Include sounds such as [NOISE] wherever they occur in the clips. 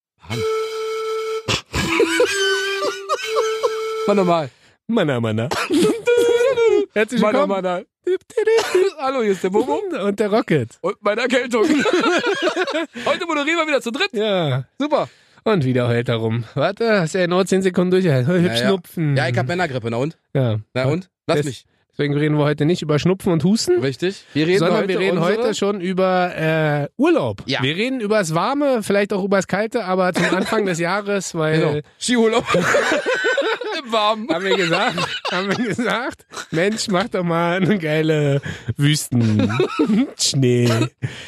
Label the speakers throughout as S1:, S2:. S1: [LAUGHS] Mana, mal.
S2: Mana, [LAUGHS] mana. Herzlich
S1: Mana,
S2: willkommen.
S1: Mana. [LAUGHS] Hallo, hier ist der Bobo.
S2: Und der Rocket.
S1: Und meine [LAUGHS] Erkältung. Heute moderieren wir wieder zu dritt.
S2: Ja.
S1: Super.
S2: Und wieder heult er rum. Warte, hast ja nur 10 Sekunden durchgehalten. Ich hab
S1: Ja, ja.
S2: Schnupfen.
S1: Ja, ich hab Männergrippe. Na und?
S2: Ja.
S1: Na und? Lass
S2: Das-
S1: mich.
S2: Deswegen reden wir heute nicht über Schnupfen und Husten,
S1: Richtig. Wir reden
S2: sondern
S1: heute
S2: wir reden
S1: unsere-
S2: heute schon über äh, Urlaub.
S1: Ja.
S2: Wir reden über das Warme, vielleicht auch über das Kalte,
S1: [LAUGHS]
S2: aber zum Anfang des Jahres, weil
S1: Genau. [LAUGHS] Skiurlaub. Im Warmen.
S2: haben wir gesagt, haben wir gesagt, Mensch, mach doch mal eine geile Wüsten. [LAUGHS] Schnee.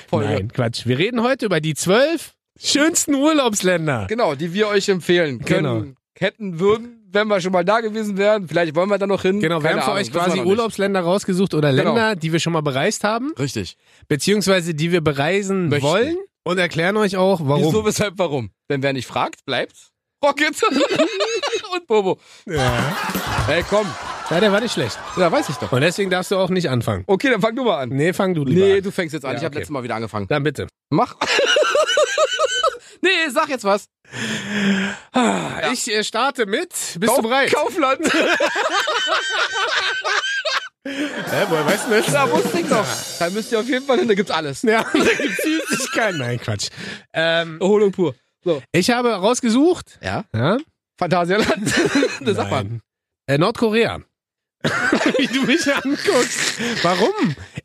S1: Folge.
S2: Nein, Quatsch. Wir reden heute über die zwölf schönsten Urlaubsländer.
S1: Genau, die wir euch empfehlen können,
S2: Genau.
S1: hätten, würden, wenn wir schon mal da gewesen wären. Vielleicht wollen wir da noch hin.
S2: Genau, wir
S1: Keine
S2: haben für
S1: Ahnung,
S2: euch
S1: wissen wir
S2: quasi
S1: noch nicht.
S2: Urlaubsländer rausgesucht oder
S1: Genau.
S2: Länder, die wir schon mal bereist haben,
S1: Richtig.
S2: beziehungsweise die wir bereisen
S1: Möchten.
S2: wollen und erklären euch auch, warum.
S1: Wieso, weshalb, warum? Denn wer nicht fragt, bleibt Rocket [LAUGHS] und Bobo.
S2: Ja.
S1: Ey, komm.
S2: ja, der war nicht schlecht.
S1: Ja, weiß ich doch.
S2: Und deswegen darfst du auch nicht anfangen.
S1: Okay, dann fang du mal an.
S2: Nee, fang du lieber
S1: Nee,
S2: an.
S1: du fängst jetzt an.
S2: Ja,
S1: Ich habe
S2: okay.
S1: letztes Mal wieder angefangen.
S2: Dann bitte.
S1: Mach. [LAUGHS] nee, sag jetzt was. Ja.
S2: Ich äh, starte mit. Bist
S1: Kauf-
S2: du bereit?
S1: Kaufland. [LAUGHS]
S2: Hä, woher weißt
S1: [LAUGHS]
S2: du das?
S1: da wusste ich doch. Da müsst ihr auf jeden Fall hin, da gibt's alles.
S2: [LAUGHS] Ja, da gibt's Süßigkeiten. Nein, Quatsch. Ähm,
S1: Erholung pur.
S2: ich habe rausgesucht.
S1: Ja?
S2: Ja?
S1: Phantasialand.
S2: [LAUGHS]
S1: das sagt man.
S2: Nein. Äh, Nordkorea. [LAUGHS] Wie du mich anguckst. Warum?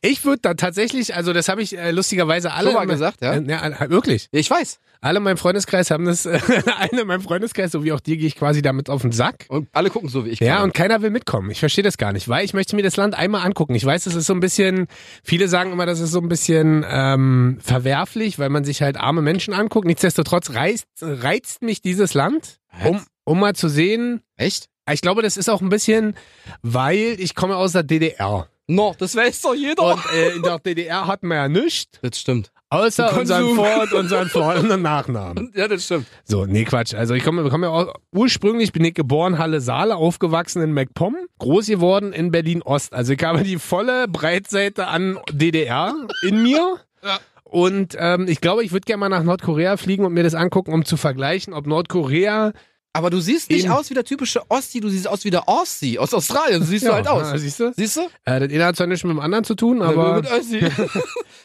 S2: Ich würde da tatsächlich, also das habe ich äh, lustigerweise alle.
S1: Schon mal
S2: in meinem-
S1: gesagt, ja?
S2: Äh, ja, wirklich.
S1: Ich weiß.
S2: Alle in meinem Freundeskreis haben das, [LAUGHS] äh, alle in meinem Freundeskreis, so wie auch dir, gehe ich quasi damit auf den Sack.
S1: Und alle gucken so wie ich.
S2: Ja,
S1: gerade.
S2: und keiner will mitkommen. Ich verstehe das gar nicht, weil ich möchte mir das Land einmal angucken. Ich weiß, es ist so ein bisschen, viele sagen immer, das ist so ein bisschen ähm, verwerflich, weil man sich halt arme Menschen anguckt. Nichtsdestotrotz reizt, reizt mich dieses Land, um, um mal zu sehen.
S1: Echt?
S2: Ich glaube, das ist auch ein bisschen, weil ich komme aus der DDR.
S1: No, das weiß doch jeder.
S2: Und äh, in der DDR hatten wir ja nichts,
S1: das stimmt.
S2: außer unseren
S1: Konsum.
S2: Vor- und unseren Vor- und unseren Nachnamen.
S1: Ja, das stimmt.
S2: So, nee, Quatsch. Also ich komme, komme ja auch, ursprünglich bin ich geboren Halle Saale, aufgewachsen in MacPom, groß geworden in Berlin Ost. Also ich habe die volle Breitseite an DDR in mir.
S1: Ja.
S2: Und ähm, ich glaube, ich würde gerne mal nach Nordkorea fliegen und mir das angucken, um zu vergleichen, ob Nordkorea
S1: Aber du siehst nicht
S2: Eben.
S1: aus wie der typische Ossi, du siehst aus wie der Ossi aus Australien. So siehst du halt
S2: Ja,
S1: aus.
S2: siehst du?
S1: Siehst du?
S2: Äh, das eine hat zwar nichts mit dem anderen zu tun, aber
S1: mit
S2: [LAUGHS]
S1: Ossi.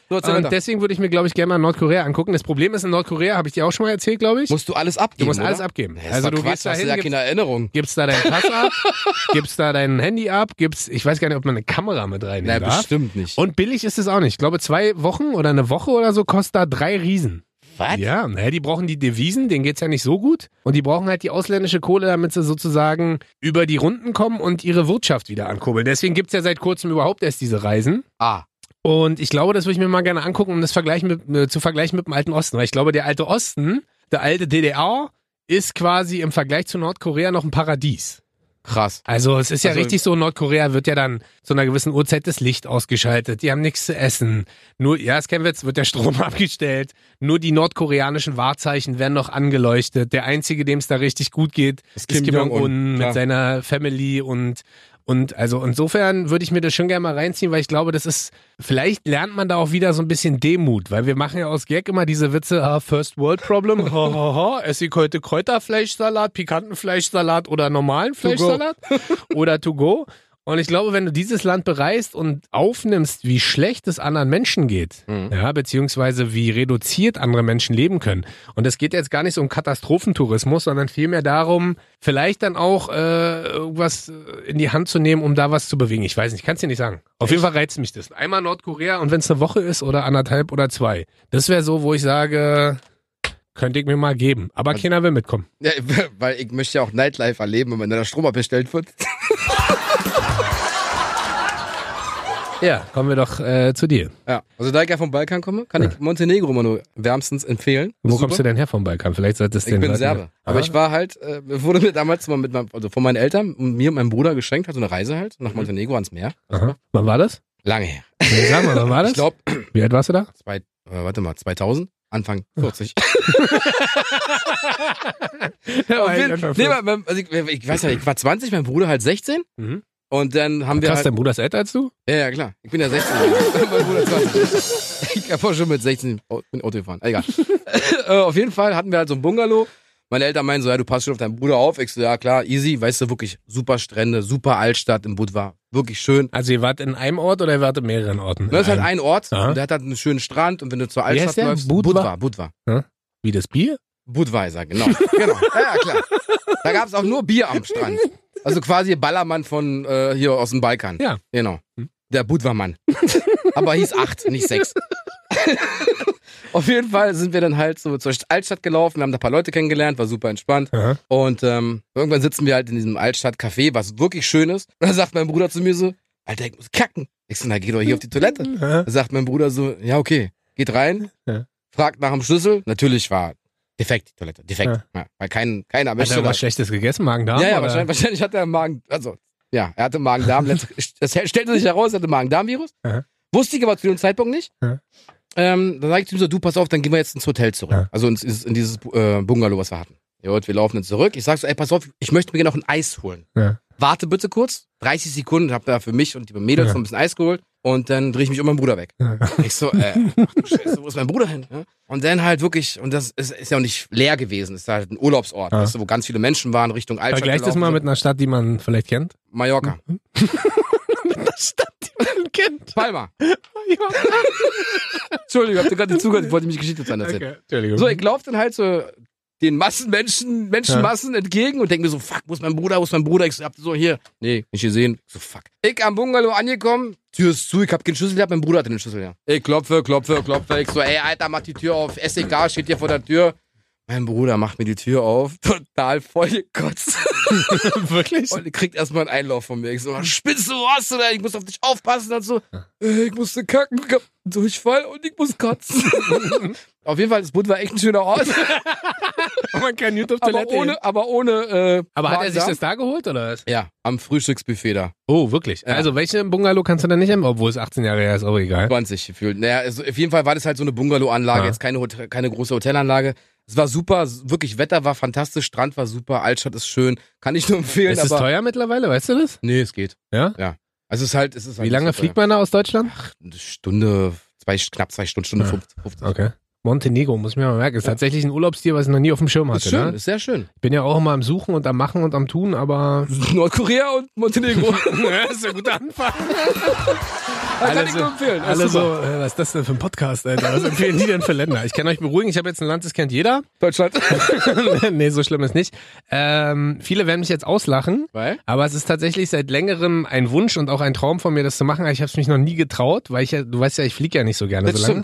S1: so, erzähl
S2: und
S1: weiter.
S2: deswegen würde ich mir, glaube ich, gerne mal Nordkorea angucken. Das Problem ist in Nordkorea, habe ich dir auch schon mal erzählt, glaube ich.
S1: musst du alles abgeben.
S2: du musst alles
S1: oder?
S2: abgeben.
S1: Ja, ist
S2: also
S1: doch
S2: du
S1: Quatsch,
S2: gehst
S1: hast du
S2: dahin,
S1: ja
S2: gibst-
S1: keine Erinnerung.
S2: Gibst da dein Pass ab?
S1: [LAUGHS]
S2: gibst da dein Handy ab? Gibst, ich weiß gar nicht, ob man eine Kamera mit
S1: Na,
S2: reinnehmen darf.
S1: bestimmt nicht.
S2: Und billig ist es auch nicht. Ich glaube, zwei Wochen oder eine Woche oder so kostet da drei Riesen.
S1: was?
S2: Ja, naja, die brauchen die Devisen, denen geht's ja nicht so gut. Und die brauchen halt die ausländische Kohle, damit sie sozusagen über die Runden kommen und ihre Wirtschaft wieder ankurbeln. Deswegen gibt's ja seit kurzem überhaupt erst diese Reisen.
S1: Ah,
S2: Und ich glaube, das würde ich mir mal gerne angucken, um das vergleichen mit, äh, zu vergleichen mit dem alten Osten. Weil ich glaube, der alte Osten, der alte DDR, ist quasi im Vergleich zu Nordkorea noch ein Paradies.
S1: krass.
S2: Also es ist ja
S1: Also-
S2: richtig so, Nordkorea wird ja dann zu einer gewissen Uhrzeit das Licht ausgeschaltet, die haben nichts zu essen. Nur, ja, das kennen wir jetzt, wird der Strom [LAUGHS] abgestellt. Nur die nordkoreanischen Wahrzeichen werden noch angeleuchtet. Der Einzige, dem es da richtig gut geht,
S1: Ist Kim
S2: ist Kim
S1: Jong-un,
S2: Jong-un
S1: klar.
S2: mit seiner Family und und also insofern würde ich mir das schon gerne mal reinziehen, weil ich glaube, das ist, vielleicht lernt man da auch wieder so ein bisschen Demut, weil wir machen ja aus Gag immer diese Witze, ah, First World Problem, [LAUGHS] ha, ha, ha, esse ich heute Kräuterfleischsalat, pikanten Fleischsalat oder normalen Fleischsalat [LAUGHS] oder to go. Und ich glaube, wenn du dieses Land bereist und aufnimmst, wie schlecht es anderen Menschen geht, ja, beziehungsweise wie reduziert andere Menschen leben können. Und es geht jetzt gar nicht so um Katastrophentourismus, sondern vielmehr darum, vielleicht dann auch äh, irgendwas äh, in die Hand zu nehmen, um da was zu bewegen. Ich weiß nicht, kann es dir nicht sagen. Auf jeden Fall reizt mich das. Einmal Nordkorea und wenn es eine Woche ist oder anderthalb oder zwei. Das wäre so, wo ich sage, könnte ich mir mal geben. Aber keiner will mitkommen.
S1: Ja, [LAUGHS] weil ich möchte ja auch Nightlife erleben, wenn da der Strom abgestellt wird.
S2: Ja, kommen wir doch äh, zu dir.
S1: Ja. Also da ich ja vom Balkan komme, kann ich Montenegro immer nur wärmstens empfehlen.
S2: Wo kommst du denn her vom Balkan? Vielleicht solltest du
S1: Ich
S2: den
S1: bin
S2: Leuten-
S1: Serbe. Aber ich war halt, äh, wurde mir damals mal mit meinem, also von meinen Eltern und mir und meinem Bruder geschenkt, also eine Reise halt,
S2: Mhm.
S1: nach Montenegro ans Meer.
S2: Aha. Wann war das?
S1: Lange her.
S2: Nee, sag mal, wann war das?
S1: Ich glaube,
S2: Wie alt warst du da?
S1: [LAUGHS] zwei, äh, warte mal, 2000?
S2: [LAUGHS]
S1: Anfang 40.
S2: Ja,
S1: Auf jeden- nee, mein- mein- also ich, ich weiß nicht, ich war 20, mein Bruder halt 16
S2: mhm.
S1: und dann haben wir
S2: Krass,
S1: halt,
S2: dein Bruder ist älter als du?
S1: ja, ja, klar, ich bin ja
S2: [LAUGHS]
S1: 16. [LAUGHS] mein Bruder oh,
S2: [LAUGHS]
S1: 20. Ich hab auch schon mit 16 Au- bin Auto gefahren, egal. äh, auf jeden Fall hatten wir halt so ein Bungalow Meine Eltern meinen so, ja, du passt schon auf deinen Bruder auf. Ich so, ja klar, easy. Weißt du, wirklich super Strände, super Altstadt in Budva. Wirklich schön.
S2: Also ihr wart in einem Ort oder ihr wart in mehreren Orten? Ähm,
S1: Das ist halt ein Ort
S2: Aha.
S1: und der hat halt einen schönen Strand und wenn du zur
S2: heißt
S1: Altstadt
S2: der?
S1: läufst,
S2: Budva?
S1: Budva, Budva.
S2: Wie das Bier?
S1: Budweiser, genau. [LAUGHS] genau. Ja, ja, klar. Da gab es auch nur Bier am Strand. Also quasi Ballermann von äh, hier aus dem Balkan.
S2: Ja.
S1: Genau.
S2: Hm.
S1: Der
S2: [LAUGHS]
S1: Budwermann. Aber hieß acht, nicht sechs. Auf jeden Fall sind wir dann halt so zur Altstadt gelaufen, wir haben da ein paar Leute kennengelernt, war super entspannt.
S2: Aha.
S1: Und ähm, irgendwann sitzen wir halt in diesem Altstadt-Café, was wirklich schön ist. Und dann sagt mein Bruder zu mir so, Alter, ich muss kacken. Ich so, na geh doch hier auf die Toilette.
S2: Aha.
S1: Da sagt mein Bruder so, ja, okay, geht rein,
S2: Ja.
S1: fragt nach dem Schlüssel. Natürlich war defekt die Toilette, defekt.
S2: Ja.
S1: Ja. weil kein, keiner
S2: Hat
S1: möchte
S2: er was
S1: das.
S2: Schlechtes gegessen, Magen-Darm?
S1: Ja, ja,
S2: oder?
S1: wahrscheinlich, wahrscheinlich hat er Magen, also, ja, er hatte Magen-Darm.
S2: [LAUGHS]
S1: letzt- das stellte sich heraus, er hatte Magen-Darm-Virus.
S2: Ja.
S1: Wusste ich aber zu dem Zeitpunkt nicht.
S2: Ja.
S1: Ähm, dann sage ich zu ihm so, du, pass auf, dann gehen wir jetzt ins Hotel zurück.
S2: Ja.
S1: Also ins, ins- in dieses äh, Bungalow, was wir hatten. Ja, und wir laufen dann zurück. Ich sag so, ey, pass auf, ich möchte mir gerne noch ein Eis holen
S2: Ja.
S1: warte bitte kurz, 30 Sekunden, hab da für mich und die Mädels
S2: Ja.
S1: noch ein bisschen Eis geholt und dann drehe ich mich um meinen Bruder weg.
S2: Ja.
S1: Ich so, äh, ach du Scheiße, wo ist mein Bruder hin? Ja? Und dann halt wirklich, und das ist, ist ja auch nicht leer gewesen, ist halt ein Urlaubsort,
S2: Ja.
S1: weißt du, wo ganz viele Menschen waren, Richtung Altstadt.
S2: Vergleich das
S1: gelaufen
S2: mal
S1: sind.
S2: mit einer Stadt, die man vielleicht
S1: [LAUGHS]
S2: kennt. [LAUGHS]
S1: Mallorca.
S2: Mit einer Stadt, die man [LAUGHS] kennt.
S1: Palma. Entschuldigung, hab dir gerade nicht zugehört, ich wollte mich Geschichte zu Ende erzählen.
S2: Okay, Entschuldigung.
S1: So, ich laufe dann halt so den Massenmenschen, Menschenmassen entgegen und denke mir so, fuck, wo ist mein Bruder, wo ist mein Bruder? Ich so, hab so hier, nee, nicht gesehen. Ich so, fuck. Ich am Bungalow angekommen, Tür ist zu, ich hab keinen Schlüssel gehabt, mein Bruder hatte den Schlüssel, ja. Ich klopfe, klopfe, klopfe, ich so, ey, Alter, mach die Tür auf, SEK steht hier vor der Tür. Mein Bruder macht mir die Tür auf, [LAUGHS] total voll gekotzt.
S2: [LAUGHS] wirklich?
S1: Und er kriegt erstmal einen Einlauf von mir. Ich so, spitze, wo hast du denn? Ich muss auf dich aufpassen. Und so, äh, ich musste kacken, ich hab einen Durchfall und ich muss kotzen. [LAUGHS] auf jeden Fall, das Bund war echt ein schöner Ort.
S2: [LAUGHS] man kann YouTube
S1: aber ohne, aber ohne, äh,
S2: Aber hat er sich
S1: Magen-Darm.
S2: das da geholt oder was?
S1: Ja, am Frühstücksbuffet da.
S2: Oh, wirklich?
S1: Ja.
S2: Also welche Bungalow kannst du denn nicht haben, obwohl es 18 Jahre her ist, auch egal.
S1: 20 gefühlt. Naja, also auf jeden Fall war das halt so eine Bungalow-Anlage,
S2: Ja.
S1: jetzt keine, Hotel, keine große Hotelanlage. Es war super, wirklich Wetter war fantastisch, Strand war super, Altstadt ist schön, kann ich nur empfehlen.
S2: Ist es
S1: aber
S2: teuer mittlerweile, weißt du das?
S1: Nee, es geht.
S2: Ja?
S1: Ja. Also es ist halt, es ist halt
S2: Wie lange
S1: nicht so
S2: fliegt man da aus Deutschland?
S1: teuer. Eine Stunde, zwei, knapp zwei Stunden, Stunde
S2: Ja.
S1: 50. 50.
S2: Okay. Montenegro, muss ich mir mal merken. Ist tatsächlich ein Urlaubsziel, was ich noch nie auf dem Schirm
S1: Ist
S2: hatte.
S1: schön,
S2: Ne?
S1: ist sehr schön.
S2: Ich bin ja auch immer am Suchen und am Machen und am Tun, aber.
S1: Nordkorea und [LAUGHS] Montenegro.
S2: [LAUGHS] ja, ist ein guter Anfang.
S1: kann
S2: Alle
S1: ich
S2: so-
S1: nur empfehlen.
S2: [LAUGHS] Alle
S1: Ist super.
S2: so, äh, was ist das denn für ein Podcast, Alter? Was empfehlen die denn für Länder? Ich kann euch beruhigen, ich habe jetzt ein Land, das kennt jeder. [LAUGHS]
S1: Deutschland.
S2: nee, so schlimm ist nicht. Ähm, viele werden mich jetzt auslachen,
S1: Weil?
S2: aber es ist tatsächlich seit längerem ein Wunsch und auch ein Traum von mir, das zu machen. aber Ich habe es mich noch nie getraut, weil ich ja, du weißt ja, ich fliege ja nicht so gerne
S1: Das
S2: so lange.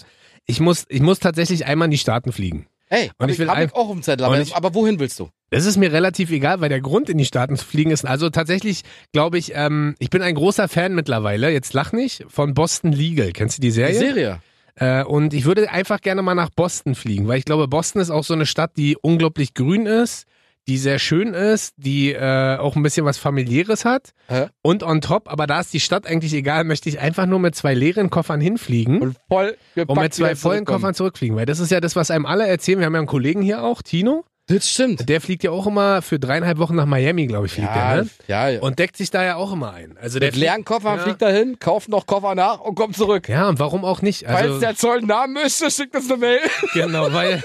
S2: Ich muss, ich muss tatsächlich einmal in die Staaten fliegen.
S1: Hey, hab
S2: ich will
S1: hab
S2: ein-
S1: ich auch auf dem Zettel,
S2: Und
S1: aber,
S2: ich-
S1: aber wohin willst du?
S2: Das ist mir relativ egal, weil der Grund, in die Staaten zu fliegen, ist also tatsächlich, glaube ich, ähm, ich bin ein großer Fan mittlerweile, jetzt lach nicht, von Boston Legal. Kennst du die Serie?
S1: Serie.
S2: Äh, und ich würde einfach gerne mal nach Boston fliegen, weil ich glaube, Boston ist auch so eine Stadt, die unglaublich grün ist, die sehr schön ist, die äh, auch ein bisschen was familiäres hat.
S1: Hä?
S2: Und on top, aber da ist die Stadt eigentlich egal, möchte ich einfach nur mit zwei leeren Koffern hinfliegen.
S1: Und voll gepackt.
S2: Hm? Und mit zwei
S1: wieder
S2: vollen
S1: zurückkommen.
S2: Koffern zurückfliegen, weil das ist ja das, was einem alle erzählen. Wir haben ja einen Kollegen hier auch, Tino.
S1: Das stimmt.
S2: Der fliegt ja auch immer für dreieinhalb Wochen nach Miami, glaube ich, fliegt
S1: Ja,
S2: er. Ne?
S1: ja, ja.
S2: Und deckt sich da ja auch immer ein. Also der
S1: Mit leeren Koffern
S2: ja.
S1: fliegt er hin, kauft noch Koffer nach und kommt zurück.
S2: Ja, also und warum auch nicht?
S1: Falls der Zoll einen Namen müsste, schickt uns eine Mail.
S2: [LAUGHS] Genau, weil,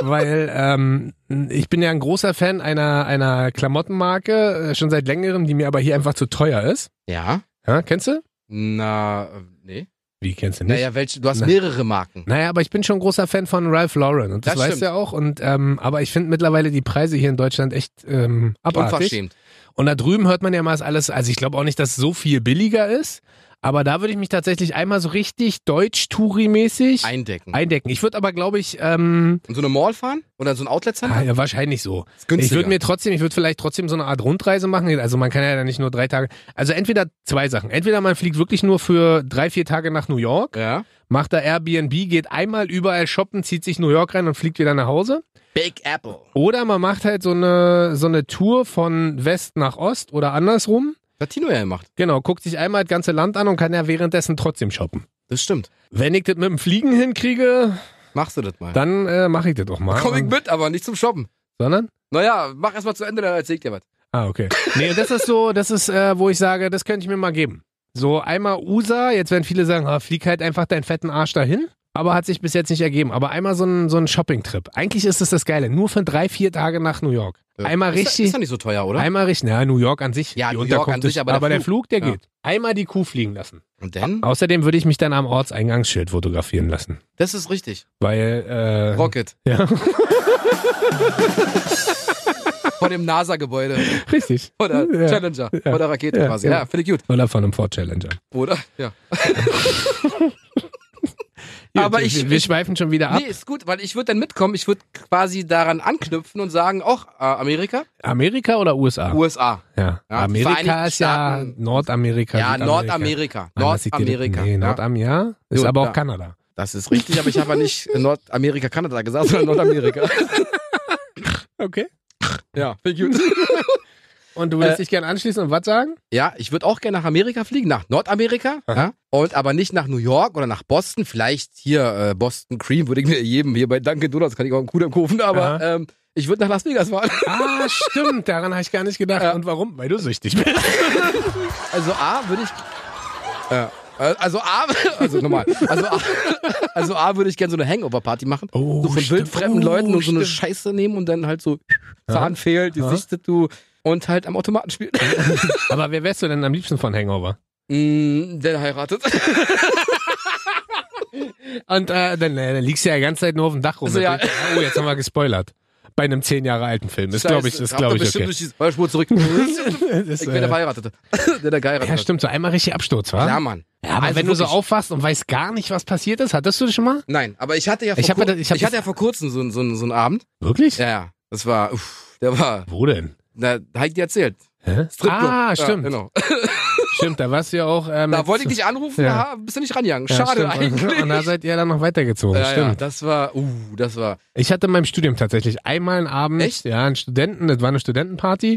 S2: weil ähm, ich bin ja ein großer Fan einer, einer Klamottenmarke, äh, schon seit längerem, die mir aber hier einfach zu teuer ist.
S1: Ja?
S2: Ja, kennst du?
S1: Na, äh, nee.
S2: Wie kennst du nicht? Naja.
S1: Naja, welche, du hast
S2: Na.
S1: mehrere Marken.
S2: aber ich bin schon ein großer Fan von Ralph Lauren und das,
S1: Das
S2: weißt
S1: stimmt.
S2: du ja auch. Und ähm, aber ich finde mittlerweile die Preise hier in Deutschland echt ähm, abartig.
S1: Unverschämt.
S2: Und da drüben hört man ja mal ist alles. Also ich glaube auch nicht, dass es so viel billiger ist. Aber da würde ich mich tatsächlich einmal so richtig deutsch-Touri-mäßig
S1: Eindecken.
S2: eindecken. Ich würde aber, glaube ich, ähm,
S1: Und so eine Mall fahren? Oder so ein Outlet-Center?
S2: ah, ja, wahrscheinlich so.
S1: Ist günstiger.
S2: Ich würde mir trotzdem, ich würde vielleicht trotzdem so eine Art Rundreise machen. Also man kann ja dann nicht nur drei Tage. Also entweder zwei Sachen. Entweder man fliegt wirklich nur für drei, vier Tage nach New York,
S1: ja.
S2: macht da Airbnb, geht einmal überall shoppen, zieht sich New York rein und fliegt wieder nach Hause.
S1: Big Apple.
S2: Oder man macht halt so eine, so eine Tour von West nach Ost oder andersrum.
S1: Hat Tino ja gemacht.
S2: Genau, guckt sich einmal das ganze Land an und kann ja währenddessen trotzdem shoppen.
S1: Das stimmt.
S2: Wenn ich das mit dem Fliegen hinkriege,
S1: Machst du das mal.
S2: dann äh, mache ich das doch mal.
S1: Komm ich
S2: Und-
S1: mit, aber nicht zum Shoppen.
S2: Sondern?
S1: Naja, mach erst mal zu Ende, dann erzähl ich dir was.
S2: Ah, okay. Nee, das ist so, das ist, äh, wo ich sage, das könnte ich mir mal geben. So einmal USA, jetzt werden viele sagen, ah, flieg halt einfach deinen fetten Arsch dahin. aber hat sich bis jetzt nicht ergeben. Aber einmal so ein, so ein Shopping-Trip. Eigentlich ist es das Geile. Nur für drei, vier Tage nach New York. Einmal
S1: ist,
S2: richtig.
S1: Ist doch nicht so teuer, oder?
S2: Einmal richtig. Na, New York an sich.
S1: Ja,
S2: die
S1: New York
S2: Unterkunft
S1: an sich,
S2: ist,
S1: aber der
S2: der Flug, der
S1: Ja.
S2: geht. Einmal die Kuh fliegen lassen.
S1: Und dann?
S2: Außerdem würde ich mich dann am Ortseingangsschild fotografieren lassen.
S1: Das ist richtig.
S2: Weil, äh,
S1: Rocket. [LAUGHS]
S2: Ja.
S1: Von dem NASA-Gebäude.
S2: [LAUGHS] richtig.
S1: Oder
S2: Ja.
S1: Challenger.
S2: Ja.
S1: Oder Rakete
S2: Ja,
S1: quasi.
S2: ja.
S1: Ja, finde ich gut.
S2: Oder von einem Ford Challenger.
S1: Oder? Ja.
S2: Gut,
S1: Aber
S2: wir-
S1: ich-
S2: wir schweifen schon wieder ab.
S1: Nee, ist gut, weil ich würde dann mitkommen. Ich würde quasi daran anknüpfen und sagen, auch äh, Amerika,
S2: Amerika oder USA?
S1: USA.
S2: ja.
S1: Ja,
S2: Amerika
S1: Vereinigten
S2: ist ja
S1: Staaten.
S2: Nordamerika.
S1: Ja,
S2: Südamerika.
S1: Nordamerika.
S2: Nein, das liegt dir-
S1: Nordamerika.
S2: Nee,
S1: ja.
S2: Nordamerika ist
S1: Gut,
S2: aber auch
S1: ja.
S2: Kanada.
S1: Das ist richtig, aber ich habe ja nicht Nordamerika, Kanada gesagt, sondern
S2: [LAUGHS]
S1: Nordamerika.
S2: Okay.
S1: ja, finde ich gut.
S2: Und du würdest
S1: Äh,
S2: dich gern anschließen und was sagen?
S1: Ja, ich würde auch gerne nach Amerika fliegen, nach Nordamerika,
S2: Aha.
S1: ja, und aber nicht nach New York oder nach Boston. Vielleicht hier äh, Boston Cream würde ich mir jedem hier bei Dunkin' Donuts kann ich auch einen Kudamm kaufen, aber
S2: Aha.
S1: ähm, ich würde nach Las Vegas
S2: [LAUGHS]
S1: fahren.
S2: Ah, stimmt, daran habe ich gar nicht gedacht.
S1: Ja.
S2: Und warum? Weil du süchtig bist.
S1: Also A würde ich. Äh, also A, [LAUGHS] also nochmal. Also A, also A würde ich gerne so eine Hangover-Party machen.
S2: Oh,
S1: so von
S2: stimmt.
S1: wildfremden Leuten
S2: Oh,
S1: und so eine
S2: stimmt.
S1: Scheiße nehmen und dann halt so Zahn fehlt, die
S2: Ja.
S1: sichtet du und halt am Automaten spielen.
S2: [LAUGHS] Aber wer wärst du denn am liebsten von Hangover? Mhm.
S1: Mm, [LAUGHS] der heiratet.
S2: Und äh, dann, äh, dann liegst du ja die ganze Zeit nur auf dem Dach rum.
S1: Also, ja.
S2: Oh, jetzt haben wir gespoilert. Bei einem zehn Jahre alten Film. Das glaube ich, das
S1: Habt ihr
S2: glaube ich
S1: bestimmt
S2: okay.
S1: durch die Spur zurück.
S2: [LAUGHS]
S1: [LAUGHS]
S2: Das,
S1: Ich bin der
S2: äh,
S1: Verheiratete. [LAUGHS] Der, der geheiratet
S2: ja,
S1: hat.
S2: stimmt, so einmal richtig Absturz, wa?
S1: Ja, Mann.
S2: Ja, aber
S1: Also
S2: wenn du so
S1: wirklich.
S2: aufwachst und weißt gar nicht, was passiert ist, hattest du das schon mal?
S1: Nein, aber ich hatte ja vor,
S2: Ich hab mir
S1: kur-
S2: das- ich hab
S1: ich hatte ja vor kurzem so, einen- so, einen- so einen Abend.
S2: Wirklich?
S1: Ja, ja. Das war, uff, der war,
S2: Wo denn?
S1: na, Heike dir erzählt.
S2: Hä?
S1: Stripclub.
S2: Ah, stimmt.
S1: Ja, genau. [LAUGHS]
S2: Stimmt, da warst du ja auch. Ähm,
S1: Da wollte ich dich anrufen, da
S2: Ja.
S1: bist du nicht rangegangen.
S2: [LAUGHS] Ja,
S1: Schade
S2: stimmt. [LAUGHS]
S1: eigentlich.
S2: Und da seid ihr dann noch weitergezogen.
S1: ja, ja,
S2: stimmt.
S1: das war, uh, das war.
S2: Ich hatte in meinem Studium tatsächlich einmal einen Abend,
S1: Echt?
S2: ja, einen Studenten, das war eine Studentenparty.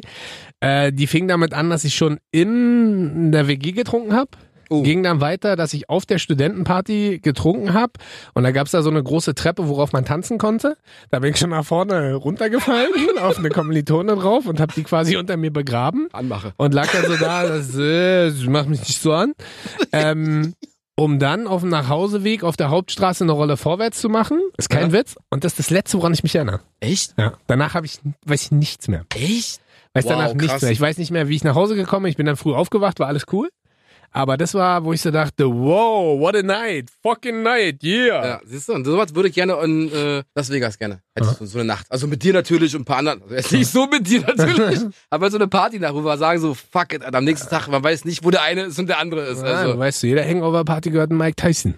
S2: Äh, die fing damit an, dass ich schon in der WG getrunken habe.
S1: Oh.
S2: Ging dann weiter, dass ich auf der Studentenparty getrunken habe. Und da gab's da so eine große Treppe, worauf man tanzen konnte. Da bin ich schon nach vorne runtergefallen, [LAUGHS] auf eine Kommilitone drauf und habe die quasi unter mir begraben
S1: Anmache.
S2: und lag dann so
S1: [LAUGHS]
S2: da, das äh, mach mich nicht so an. Ähm, um dann auf dem Nachhauseweg auf der Hauptstraße eine Rolle vorwärts zu machen. Ist kein Witz. Und das ist das Letzte, woran ich mich erinnere.
S1: Echt?
S2: Ja. Danach habe ich, weiß ich nichts mehr.
S1: Echt?
S2: Weiß
S1: Wow,
S2: danach nichts
S1: krass.
S2: mehr. Ich weiß nicht mehr, wie ich nach Hause gekommen bin. Ich bin dann früh aufgewacht, war alles cool. Aber das war, wo ich so dachte, wow, what a night, fucking night, yeah.
S1: Ja, siehst du, und sowas würde ich gerne in äh, Las Vegas gerne. Hätte ich so, so eine Nacht. Also mit dir natürlich und ein paar anderen. Also jetzt nicht so mit dir
S2: [LAUGHS]
S1: natürlich, aber so eine Party darüber sagen so, fuck it, Alter, am nächsten Tag, man weiß nicht, wo der eine ist und der andere ist.
S2: Ja,
S1: Also,
S2: Ah, weißt du, jeder Hangover-Party gehört Mike Tyson.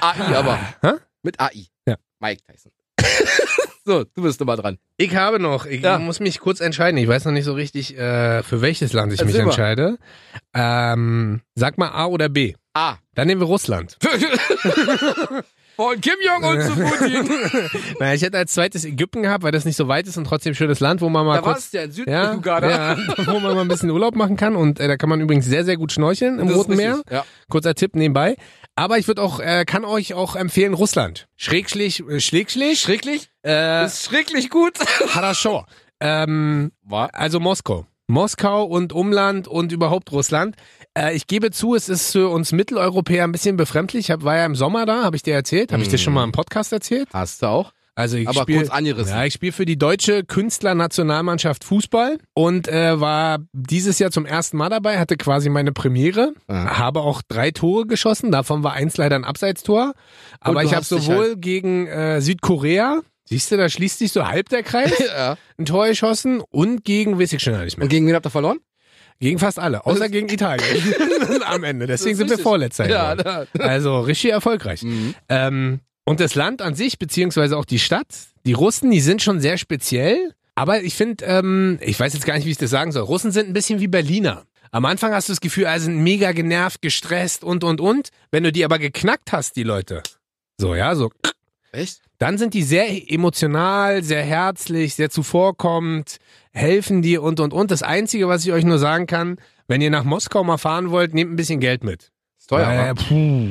S1: AI aber.
S2: Hä?
S1: Mit AI.
S2: Ja.
S1: Mike Tyson. [LAUGHS] so, du bist nochmal dran.
S2: Ich habe noch. Ich
S1: Ja.
S2: muss mich kurz entscheiden. Ich weiß noch nicht so richtig, äh, für welches Land ich
S1: Erzähl
S2: mich
S1: mal.
S2: entscheide. Ähm, sag mal A oder B.
S1: Ah.
S2: Dann nehmen wir Russland.
S1: [LAUGHS] Von Kim Jong-un zu Putin.
S2: Na, ich hätte als zweites Ägypten gehabt, weil das nicht so weit ist und trotzdem schönes Land, wo man mal
S1: Da warst
S2: kurz.
S1: du ja in
S2: Ja,
S1: Süduganda.
S2: ja, [LAUGHS] wo man mal ein bisschen Urlaub machen kann. Und äh, da kann man übrigens sehr, sehr gut schnorcheln im
S1: Das ist
S2: Roten
S1: richtig,
S2: Meer.
S1: Ja.
S2: Kurzer Tipp nebenbei. Aber ich würde auch, äh, kann euch auch empfehlen, Russland. Schrägschlich, äh, schlägschlich,
S1: Schrecklich?
S2: äh,
S1: ist schrecklich
S2: [LAUGHS]
S1: gut.
S2: Harashor. Ähm,
S1: War.
S2: Also Moskau. Moskau und Umland und überhaupt Russland. Äh, ich gebe zu, es ist für uns Mitteleuropäer ein bisschen befremdlich. Ich hab, war ja im Sommer da, habe ich dir erzählt. Habe ich dir schon mal im Podcast erzählt?
S1: Hast du auch?
S2: Also ich
S1: Mhm. Aber
S2: spiel,
S1: kurz angerissen.
S2: Ja, ich spiele für die deutsche Künstlernationalmannschaft Fußball und äh, war dieses Jahr zum ersten Mal dabei, hatte quasi meine Premiere,
S1: Aha.
S2: habe auch drei Tore geschossen, davon war eins leider ein Abseitstor. Aber
S1: du
S2: ich habe
S1: hast dich halt
S2: sowohl gegen äh, Südkorea, siehst du, da schließt sich so halb
S1: [LAUGHS]
S2: der Kreis,
S1: Ja.
S2: ein Tor geschossen und gegen, weiß ich schon gar nicht mehr.
S1: Und gegen wen habt ihr verloren?
S2: Gegen fast alle, außer gegen Italien
S1: [LAUGHS]
S2: [LAUGHS] am Ende. Deswegen
S1: Das ist
S2: sind wir
S1: richtig.
S2: vorletzter.
S1: Ja,
S2: geworden.
S1: da.
S2: also richtig erfolgreich.
S1: Mhm.
S2: Ähm, und das Land an sich, beziehungsweise auch die Stadt, die Russen, die sind schon sehr speziell. Aber ich finde, ähm, ich weiß jetzt gar nicht, wie ich das sagen soll. Russen sind ein bisschen wie Berliner. Am Anfang hast du das Gefühl, also sind mega genervt, gestresst und, und, und. Wenn du die aber geknackt hast, die Leute. So, ja, so
S1: Echt?
S2: dann sind die sehr emotional, sehr herzlich, sehr zuvorkommend, helfen dir und und und. Das Einzige, was ich euch nur sagen kann, wenn ihr nach Moskau mal fahren wollt, nehmt ein bisschen Geld mit.
S1: Ist teuer, wa?
S2: Weil- puh.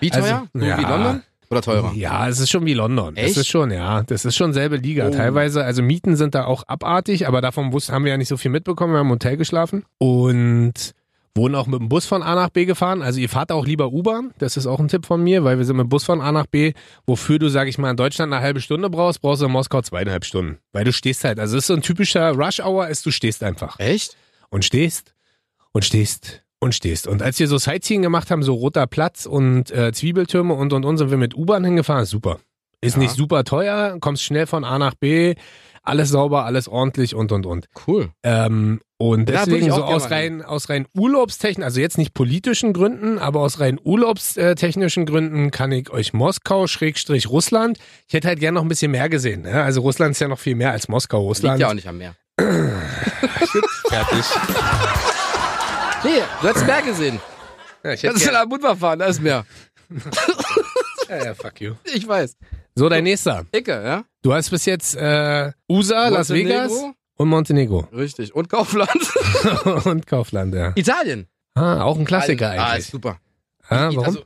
S1: Wie
S2: Also,
S1: teuer? so
S2: ja.
S1: wie London? Oder teurer?
S2: Ja, es ist schon wie London. Das
S1: Echt?
S2: ist schon, ja. Das ist schon selbe Liga.
S1: Oh.
S2: Teilweise, also Mieten sind da auch abartig, aber davon wussten, haben wir ja nicht so viel mitbekommen. Wir haben im Hotel geschlafen. Und wurden auch mit dem Bus von A nach B gefahren. Also ihr fahrt auch lieber U-Bahn, das ist auch ein Tipp von mir, weil wir sind mit dem Bus von A nach B, wofür du, sag ich mal, in Deutschland eine halbe Stunde brauchst, brauchst du in Moskau zweieinhalb Stunden. Weil du stehst halt, also es ist so ein typischer Rush-Hour, ist du stehst einfach.
S1: Echt?
S2: Und stehst und stehst und stehst. Und als wir so Sightseeing gemacht haben, so roter Platz und äh, Zwiebeltürme und und und sind wir mit U-Bahn hingefahren, ist super. Ist
S1: Ja.
S2: nicht super teuer, kommst schnell von A nach B, alles sauber, alles ordentlich und und und.
S1: Cool.
S2: Ähm, und
S1: Ja, würde
S2: deswegen
S1: ich auch
S2: so
S1: gerne
S2: aus
S1: mal hin.
S2: rein, aus rein urlaubstechnischen, also jetzt nicht politischen Gründen, aber aus rein urlaubstechnischen Gründen kann ich euch Moskau, Schrägstrich Russland, ich hätte halt gerne noch ein bisschen mehr gesehen. Ne? Also Russland ist ja noch viel mehr als Moskau.
S1: Liegt
S2: Russland
S1: ja auch nicht am Meer.
S2: fertig.
S1: Nee, du hast Meer gesehen.
S2: [LAUGHS] Ja, ich hätte
S1: Kannst du
S2: gerne,
S1: nach Budva fahren, da ist Meer.
S2: ja, ja, fuck you.
S1: Ich weiß.
S2: So, dein nächster.
S1: Icke, ja?
S2: Du hast bis jetzt äh, USA, Las Vegas
S1: Montenegro?
S2: und Montenegro [LAUGHS]
S1: Richtig. Und Kaufland.
S2: und Kaufland, ja.
S1: Italien.
S2: Ah, auch ein Klassiker
S1: Ah, ist
S2: eigentlich.
S1: super.
S2: Ah,
S1: I-
S2: warum?
S1: Also,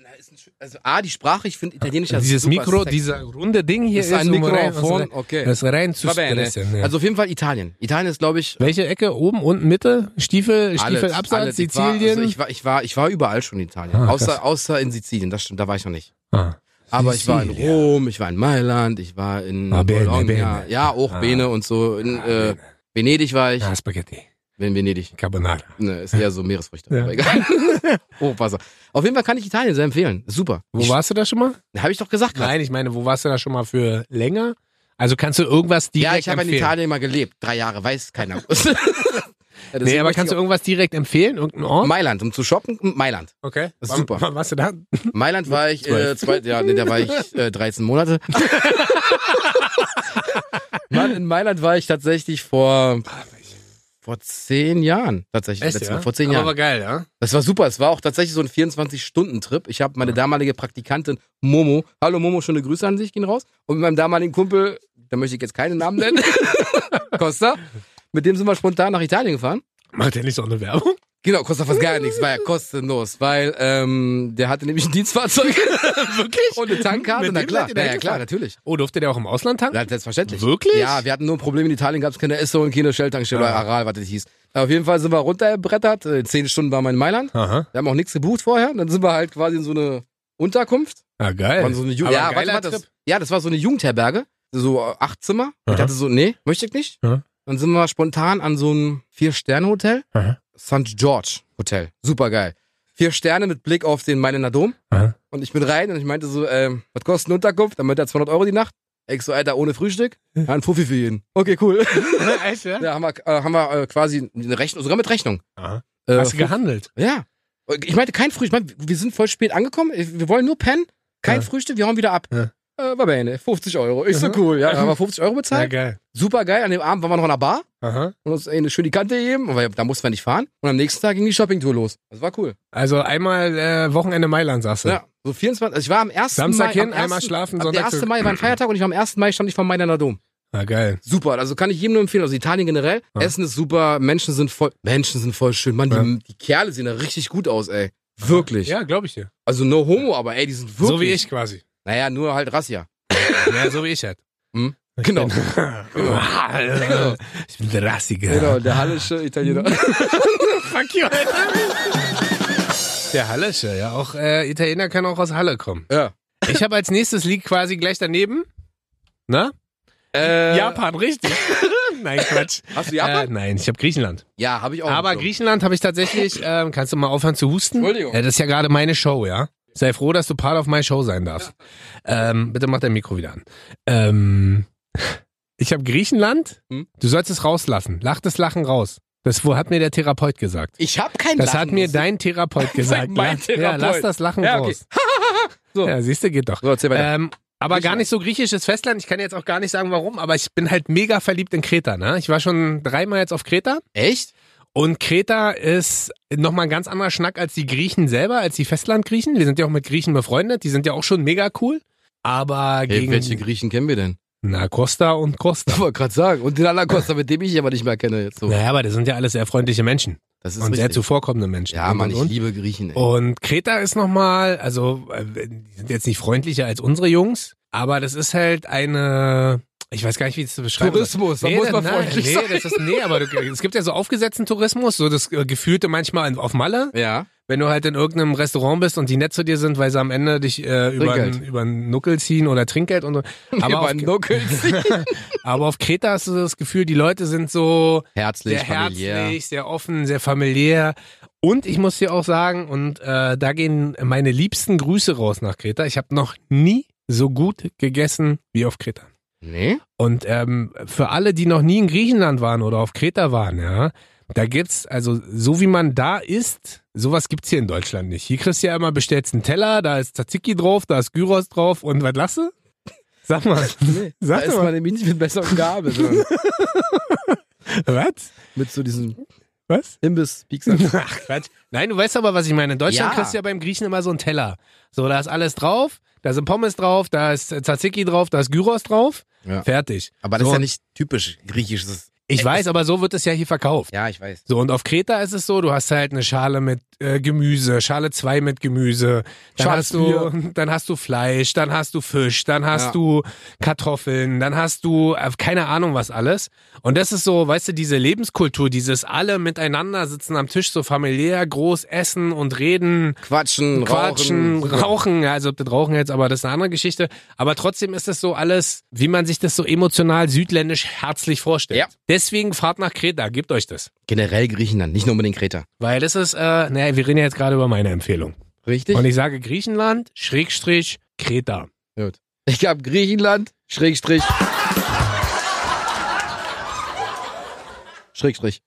S1: na, ist ein, schö- also A, die Sprache, ich finde Italienisch ja
S2: Dieses
S1: super
S2: Mikro,
S1: sexy.
S2: dieser runde Ding hier
S1: ist ein
S2: um rein-
S1: Mikrofon, okay.
S2: Das rein zu
S1: War bene.
S2: stressen. Ja.
S1: Also auf jeden Fall Italien. Italien ist, glaube ich,
S2: Welche Ecke? Oben, unten, Mitte? Stiefel,
S1: alles,
S2: Stiefelabsatz,
S1: alles. Ich war,
S2: Sizilien?
S1: also ich, war, ich, war, ich war überall schon in Italien.
S2: Ah, krass.
S1: außer, außer in Sizilien, das stimmt, da war ich noch nicht.
S2: ah.
S1: Aber ich war in
S2: Sizilien.
S1: Rom, ich war in Mailand, ich war in
S2: Ah, Bene,
S1: Bologna.
S2: Bene.
S1: Ja, auch
S2: Ah.
S1: Bene und so. In
S2: Ah,
S1: äh, Venedig war ich.
S2: Ah, Spaghetti.
S1: In Venedig.
S2: Carbonara.
S1: Ne, ist eher so Meeresfrüchte.
S2: Ja.
S1: Aber egal. [LAUGHS] Hochwasser. Auf jeden Fall kann ich Italien sehr empfehlen. Super.
S2: Wo warst du da schon mal?
S1: Habe ich doch gesagt. gerade.
S2: Nein, ich meine, wo warst du da schon mal für länger? Also kannst du irgendwas direkt
S1: Ja, ich habe in
S2: empfehlen?
S1: Italien mal gelebt. Drei Jahre, weiß
S2: [LAUGHS]
S1: keiner. [LAUGHS] Ja, deswegen
S2: Nee, aber
S1: möchte
S2: kannst du
S1: ich
S2: irgendwas direkt empfehlen? Irgendeinen
S1: auch-
S2: Ort?
S1: Mailand, um zu shoppen, Mailand.
S2: Okay.
S1: Das ist
S2: Wann-
S1: super.
S2: Wann warst du da?
S1: Mailand war ich, äh,
S2: Zwölf.
S1: zwei, ja, nee, da war ich äh, 13
S2: [LAUGHS]
S1: Monate. Mann, in Mailand war ich tatsächlich vor,
S2: Ah,
S1: vor zehn Jahren. Tatsächlich, letztes Mal, vor zehn
S2: Aber
S1: Jahren.
S2: war geil, ja?
S1: Das war super. Es war auch tatsächlich so ein 24-Stunden-Trip. Ich habe meine damalige Praktikantin Momo, hallo Momo, schöne Grüße an dich, gehen raus. Und mit meinem damaligen Kumpel, da möchte ich jetzt keinen Namen nennen,
S2: [LAUGHS]
S1: Costa, mit dem sind wir spontan nach Italien gefahren.
S2: Macht der nicht so eine Werbung? [LAUGHS]
S1: Genau, kostet fast gar nichts, war ja kostenlos, weil ähm, der hatte nämlich ein Dienstfahrzeug [LAUGHS]
S2: Wirklich?
S1: und eine Tankkarte.
S2: Mit
S1: Na
S2: dem
S1: klar,
S2: seid ihr da
S1: na, ja klar,
S2: hingefahren?
S1: natürlich.
S2: Oh, durfte der auch im Ausland tanken?
S1: Ja, selbstverständlich.
S2: Wirklich?
S1: Ja, wir hatten nur ein Problem. In Italien gab es keine Esso und keine Shell-Tankstelle,
S2: Ah.
S1: Aral, was das hieß. Auf jeden Fall sind wir runtergebrettert. Äh, Zehn Stunden waren wir in Mailand.
S2: Aha.
S1: Wir haben auch nichts gebucht vorher. Dann sind wir halt quasi in so eine Unterkunft.
S2: Ah, geil.
S1: Waren so eine Ju
S2: Aber
S1: ja, warte,
S2: ein geiler
S1: warte, das,
S2: Trip.
S1: ja, das war so eine Jugendherberge. So äh, acht Zimmer. Ich
S2: Aha.
S1: dachte so, nee, möchte ich nicht.
S2: Aha.
S1: Dann sind wir spontan an so einem Vier-Sterne-Hotel.
S2: Aha.
S1: St. George Hotel. Super geil. Vier Sterne mit Blick auf den Mailänder Dom.
S2: Aha.
S1: Und ich bin rein und ich meinte so, ähm, was kostet eine Unterkunft? Dann meinte er 200 Euro die Nacht. Ich so, Alter, ohne Frühstück? Ja, ein Fuffi für jeden. Okay,
S2: [LAUGHS]
S1: cool.
S2: Echt, ja?
S1: Da haben wir, äh, haben wir äh, quasi eine Rechnung, sogar mit Rechnung.
S2: Aha.
S1: Äh,
S2: Hast du gehandelt?
S1: ja. Ich meinte kein Frühstück. Ich meinte, wir sind voll spät angekommen. Wir wollen nur pennen. Kein
S2: Ja.
S1: Frühstück, wir hauen wieder ab.
S2: Ja.
S1: Äh, war Bene, 50 Euro. Ich so
S2: Mhm.
S1: cool. Ja, dann haben wir 50 Euro
S2: Ja,
S1: bezahlt.
S2: geil.
S1: Super geil. An dem Abend waren wir noch in der Bar
S2: Aha.
S1: und uns eine schöne Kante gegeben, weil da mussten wir nicht fahren. Und am nächsten Tag ging die Shoppingtour los. Das war cool.
S2: Also einmal äh, Wochenende Mailand, sagst du?
S1: Ja. So 24, also ich war am 1.
S2: Samstag
S1: Mai,
S2: hin,
S1: am 1.
S2: einmal schlafen,
S1: ab Der
S2: Sonntag
S1: 1.
S2: zurück.
S1: Mai war ein Feiertag und ich war am 1. Mai stand ich vom Mailänder Dom.
S2: Ah, geil.
S1: Super, also kann ich jedem nur empfehlen. Also Italien generell,
S2: Ja.
S1: Essen ist super, Menschen sind voll, Menschen sind voll schön. Mann,
S2: Ja.
S1: die, die Kerle sehen da richtig gut aus, ey. Wirklich.
S2: Ja, glaube ich dir.
S1: Also no homo, aber ey, die sind wirklich.
S2: So wie
S1: [LAUGHS]
S2: ich quasi.
S1: Naja, nur halt
S2: [LAUGHS]
S1: Rassia.
S2: Ja, so wie ich halt.
S1: Hm?
S2: [LAUGHS]
S1: Genau.
S2: Bin [LAUGHS] ich bin der Rassige.
S1: Genau, der hallische Italiener.
S2: Fuck you, Der Hallische, ja. Auch äh, Italiener kann auch aus Halle kommen.
S1: [LAUGHS] ja.
S2: Ich habe als nächstes liegt quasi gleich daneben. Na?
S1: Äh,
S2: Japan, richtig. [LAUGHS] nein, Quatsch.
S1: Hast du [LAUGHS] Japan? Oh,
S2: Äh, nein, ich habe Griechenland.
S1: ja, habe ich auch.
S2: Äh, Aber
S1: im Schirm.
S2: Griechenland habe
S1: [LAUGHS]
S2: ich tatsächlich. Ähm, kannst du mal aufhören zu husten?
S1: Entschuldigung.
S2: Äh, das ist ja gerade meine Show, ja? Sei froh, dass du Part of my Show sein darfst. Ähm, bitte mach dein Mikro wieder an. Ähm, [LAUGHS] ich habe Griechenland.
S1: Hm?
S2: Du sollst es rauslassen. Lach das Lachen raus. Das wo hat mir der Therapeut gesagt.
S1: Ich habe kein
S2: Das
S1: Lachen
S2: hat mir
S1: müssen. [LAUGHS]
S2: dein Therapeut gesagt.
S1: mein
S2: Lass-
S1: Therapeut.
S2: Ja, lass das Lachen
S1: Ja, okay.
S2: raus.
S1: So.
S2: Ja, siehst du, geht doch.
S1: So, erzähl weiter.
S2: Ähm, aber gar
S1: Griechenland.
S2: nicht so griechisches Festland. Ich kann jetzt auch gar nicht sagen, warum, aber ich bin halt mega verliebt in Kreta. Ne? Ich war schon dreimal jetzt auf Kreta.
S1: Echt?
S2: Und Kreta ist nochmal ein ganz anderer Schnack als die Griechen selber, als die Festlandgriechen. Wir sind ja auch mit Griechen befreundet, die sind ja auch schon mega cool. Aber
S1: Hey,
S2: gegen
S1: welche Griechen kennen wir denn? [LAUGHS]
S2: Na, Costa und Costa.
S1: Ich wollte gerade sagen. Und den anderen Costa, mit dem ich aber nicht mehr kenne. Jetzt so.
S2: Naja, aber das sind ja alles sehr freundliche Menschen
S1: Das ist
S2: und sehr
S1: richtig.
S2: zuvorkommende Menschen.
S1: ja,
S2: und,
S1: Mann,
S2: und, Oh.
S1: ich
S2: und.
S1: liebe Griechen, ey.
S2: Und Kreta ist nochmal, also äh, die sind jetzt nicht freundlicher als unsere Jungs, aber das ist halt eine ich weiß gar nicht, wie ich es zu beschreiben soll.
S1: Tourismus, da muss man
S2: nein,
S1: freundlich
S2: nee,
S1: sein.
S2: Das ist, nee, aber du, es gibt ja so aufgesetzten Tourismus, so das äh, Gefühlte manchmal auf Malle,
S1: Ja.
S2: wenn du halt in irgendeinem Restaurant bist und die nett zu dir sind, weil sie am Ende dich äh, über,
S1: Trinkgeld.
S2: einen- über einen Nuckel ziehen oder
S1: [LAUGHS]
S2: Trinkgeld und so.
S1: Wir
S2: Aber, auf,
S1: waren Nuckels.
S2: [LAUGHS] aber auf Kreta hast du das Gefühl, die Leute sind so
S1: Herzlich,
S2: sehr
S1: familiär.
S2: herzlich, sehr offen, sehr familiär. Und ich muss dir auch sagen, und äh, da gehen meine liebsten Grüße raus nach Kreta. Ich habe noch nie so gut gegessen wie auf Kreta.
S1: Nee?
S2: Und ähm, für alle, die noch nie in Griechenland waren oder auf Kreta waren, ja, da gibt's, also so wie man da isst, sowas gibt's hier in Deutschland nicht. Hier kriegst du ja immer, bestellst einen Teller, da ist Tzatziki drauf, da ist Gyros drauf und was lasse? Sag mal, [LAUGHS]
S1: nee. Da
S2: Sag
S1: ist
S2: doch mal.
S1: man nämlich nicht mit Messer und Gabel, [LAUGHS] sondern
S2: was?
S1: mit so diesem
S2: Was?
S1: imbiss piekser
S2: [LAUGHS] Ach, Quatsch. Nein, du weißt aber, was ich meine. In Deutschland
S1: Ja.
S2: kriegst du ja beim Griechen immer so einen Teller. So, da ist alles drauf, da sind Pommes drauf, da ist Tzatziki drauf, da ist Gyros drauf.
S1: Ja.
S2: Fertig.
S1: Aber das
S2: So.
S1: ist ja nicht typisch griechisch. Das ist,
S2: Ich weiß, aber so wird es ja hier verkauft.
S1: ja, ich weiß.
S2: So, und auf Kreta ist es so, du hast halt eine Schale mit äh, Gemüse, Schale 2 mit Gemüse, dann
S1: Schale
S2: hast, du,
S1: vier.
S2: [LAUGHS] dann hast du Fleisch, dann hast du Fisch, dann hast
S1: Ja.
S2: du Kartoffeln, dann hast du äh, keine Ahnung was alles. Und das ist so, weißt du, diese Lebenskultur, dieses alle miteinander sitzen am Tisch, so familiär, groß essen und reden,
S1: Quatschen,
S2: quatschen,
S1: rauchen.
S2: rauchen. Ja, also ob das Rauchen jetzt, aber das ist eine andere Geschichte. Aber trotzdem ist das so alles, wie man sich das so emotional südländisch herzlich vorstellt.
S1: Ja.
S2: Deswegen fahrt nach Kreta, gebt euch das.
S1: Generell Griechenland, nicht nur mit den Kreta.
S2: Weil das ist, äh, naja, wir reden ja jetzt gerade über meine Empfehlung.
S1: Richtig?
S2: Und ich sage Griechenland, Schrägstrich, Kreta.
S1: Gut. Ich habe Griechenland, Schrägstrich.
S2: [LAUGHS]
S1: Schrägstrich.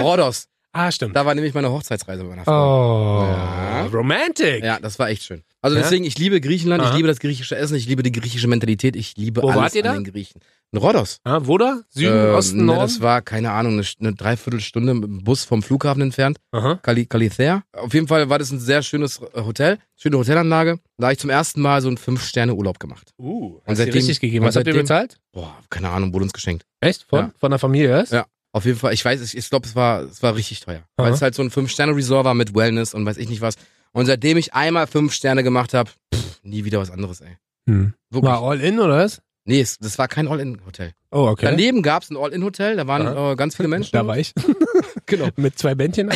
S1: Rhodos.
S2: Ah, stimmt.
S1: Da war nämlich meine Hochzeitsreise bei meiner
S2: Oh,
S1: Frau.
S2: ja. romantic.
S1: Ja, das war echt schön. Also
S2: Ja?
S1: deswegen, ich liebe Griechenland,
S2: Aha.
S1: ich liebe das griechische Essen, ich liebe die griechische Mentalität, ich liebe
S2: Wo
S1: alles
S2: wart ihr
S1: an
S2: da?
S1: den Griechen. In Rhodos.
S2: Ah, wo da? Süden,
S1: Ähm,
S2: Osten,
S1: ne,
S2: Norden?
S1: Das war, keine Ahnung, eine, eine Dreiviertelstunde mit dem Bus vom Flughafen entfernt.
S2: Aha.
S1: Kali Kalithea. Auf jeden Fall war das ein sehr schönes äh, Hotel, schöne Hotelanlage. Da habe ich zum ersten Mal so einen Fünf-Sterne-Urlaub gemacht.
S2: Uh,
S1: Und
S2: hast du
S1: seitdem-
S2: richtig gegeben.
S1: und
S2: Was habt ihr
S1: seitdem-
S2: bezahlt?
S1: Boah, keine Ahnung, wurde uns geschenkt.
S2: Echt? Von,
S1: Ja.
S2: von der Familie erst?
S1: Ja. Auf jeden Fall, ich weiß, ich, ich glaube, es war, es war richtig teuer.
S2: Aha.
S1: Weil es halt so ein Fünf-Sterne-Resort war mit Wellness und weiß ich nicht was. Und seitdem ich einmal fünf Sterne gemacht habe, nie wieder was anderes, ey.
S2: Hm.
S1: Wirklich.
S2: War all in, oder was?
S1: Nee, es, das war kein All-In-Hotel.
S2: Oh, okay.
S1: Daneben gab es ein All-In-Hotel, da waren
S2: Aha.
S1: äh, ganz
S2: [LAUGHS]
S1: viele Menschen.
S2: Da war ich.
S1: Genau.
S2: [LAUGHS] Mit zwei Bändchen.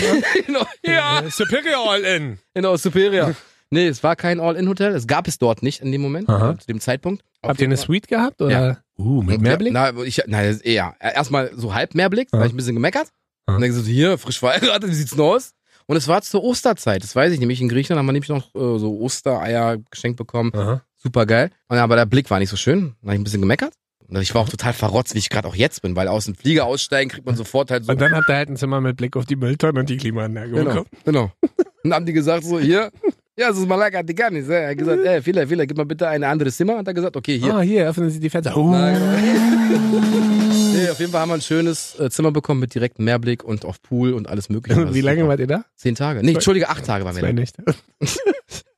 S1: genau. [LAUGHS] Ja. [LAUGHS]
S2: Äh, Superior all in.
S1: Genau,
S2: [LAUGHS]
S1: Superior. Nee, es war kein All-In-Hotel. Es gab es dort nicht in dem Moment,
S2: Aha.
S1: äh, zu dem Zeitpunkt.
S2: Habt ihr eine Suite gehabt? Oder? Uh, mit Mehrblick?
S1: Ja, na, ich, na, ja. Erstmal so halb Mehrblick, da
S2: Aha.
S1: habe ich ein bisschen gemeckert.
S2: Aha.
S1: Und dann gesagt, hier, frisch verheiratet, wie sieht's denn aus? Und es war zur Osterzeit, das weiß ich nämlich. In Griechenland haben wir nämlich noch äh, so Ostereier geschenkt bekommen.
S2: Aha.
S1: Super geil. Und, aber der Blick war nicht so schön. Dann habe ich ein bisschen gemeckert. Und ich war auch total verrotzt, wie ich gerade auch jetzt bin, weil aus dem Flieger aussteigen kriegt man sofort halt so.
S2: Und dann habt ihr halt ein Zimmer mit Blick auf die Mülltonne und die Klimaanlage bekommen.
S1: [LAUGHS] Genau, genau. Und haben die gesagt so, hier, ja, das ist Malaka Dikanis. Er hat
S2: [LAUGHS]
S1: gesagt, ey, Fehler, Fehler, gib mal bitte ein anderes Zimmer. Und hat er gesagt, okay, hier.
S2: Ah, hier, öffnen Sie die Fenster. Uh.
S1: Na, genau. [LAUGHS] nee, auf jeden Fall haben wir ein schönes äh, Zimmer bekommen mit direktem Mehrblick und auf Pool und alles mögliche.
S2: [LAUGHS] Wie lange
S1: war
S2: wart ihr da?
S1: Zehn Tage. Nee, Entschuldige, acht Tage waren wir
S2: Zwei
S1: da.
S2: Nächte.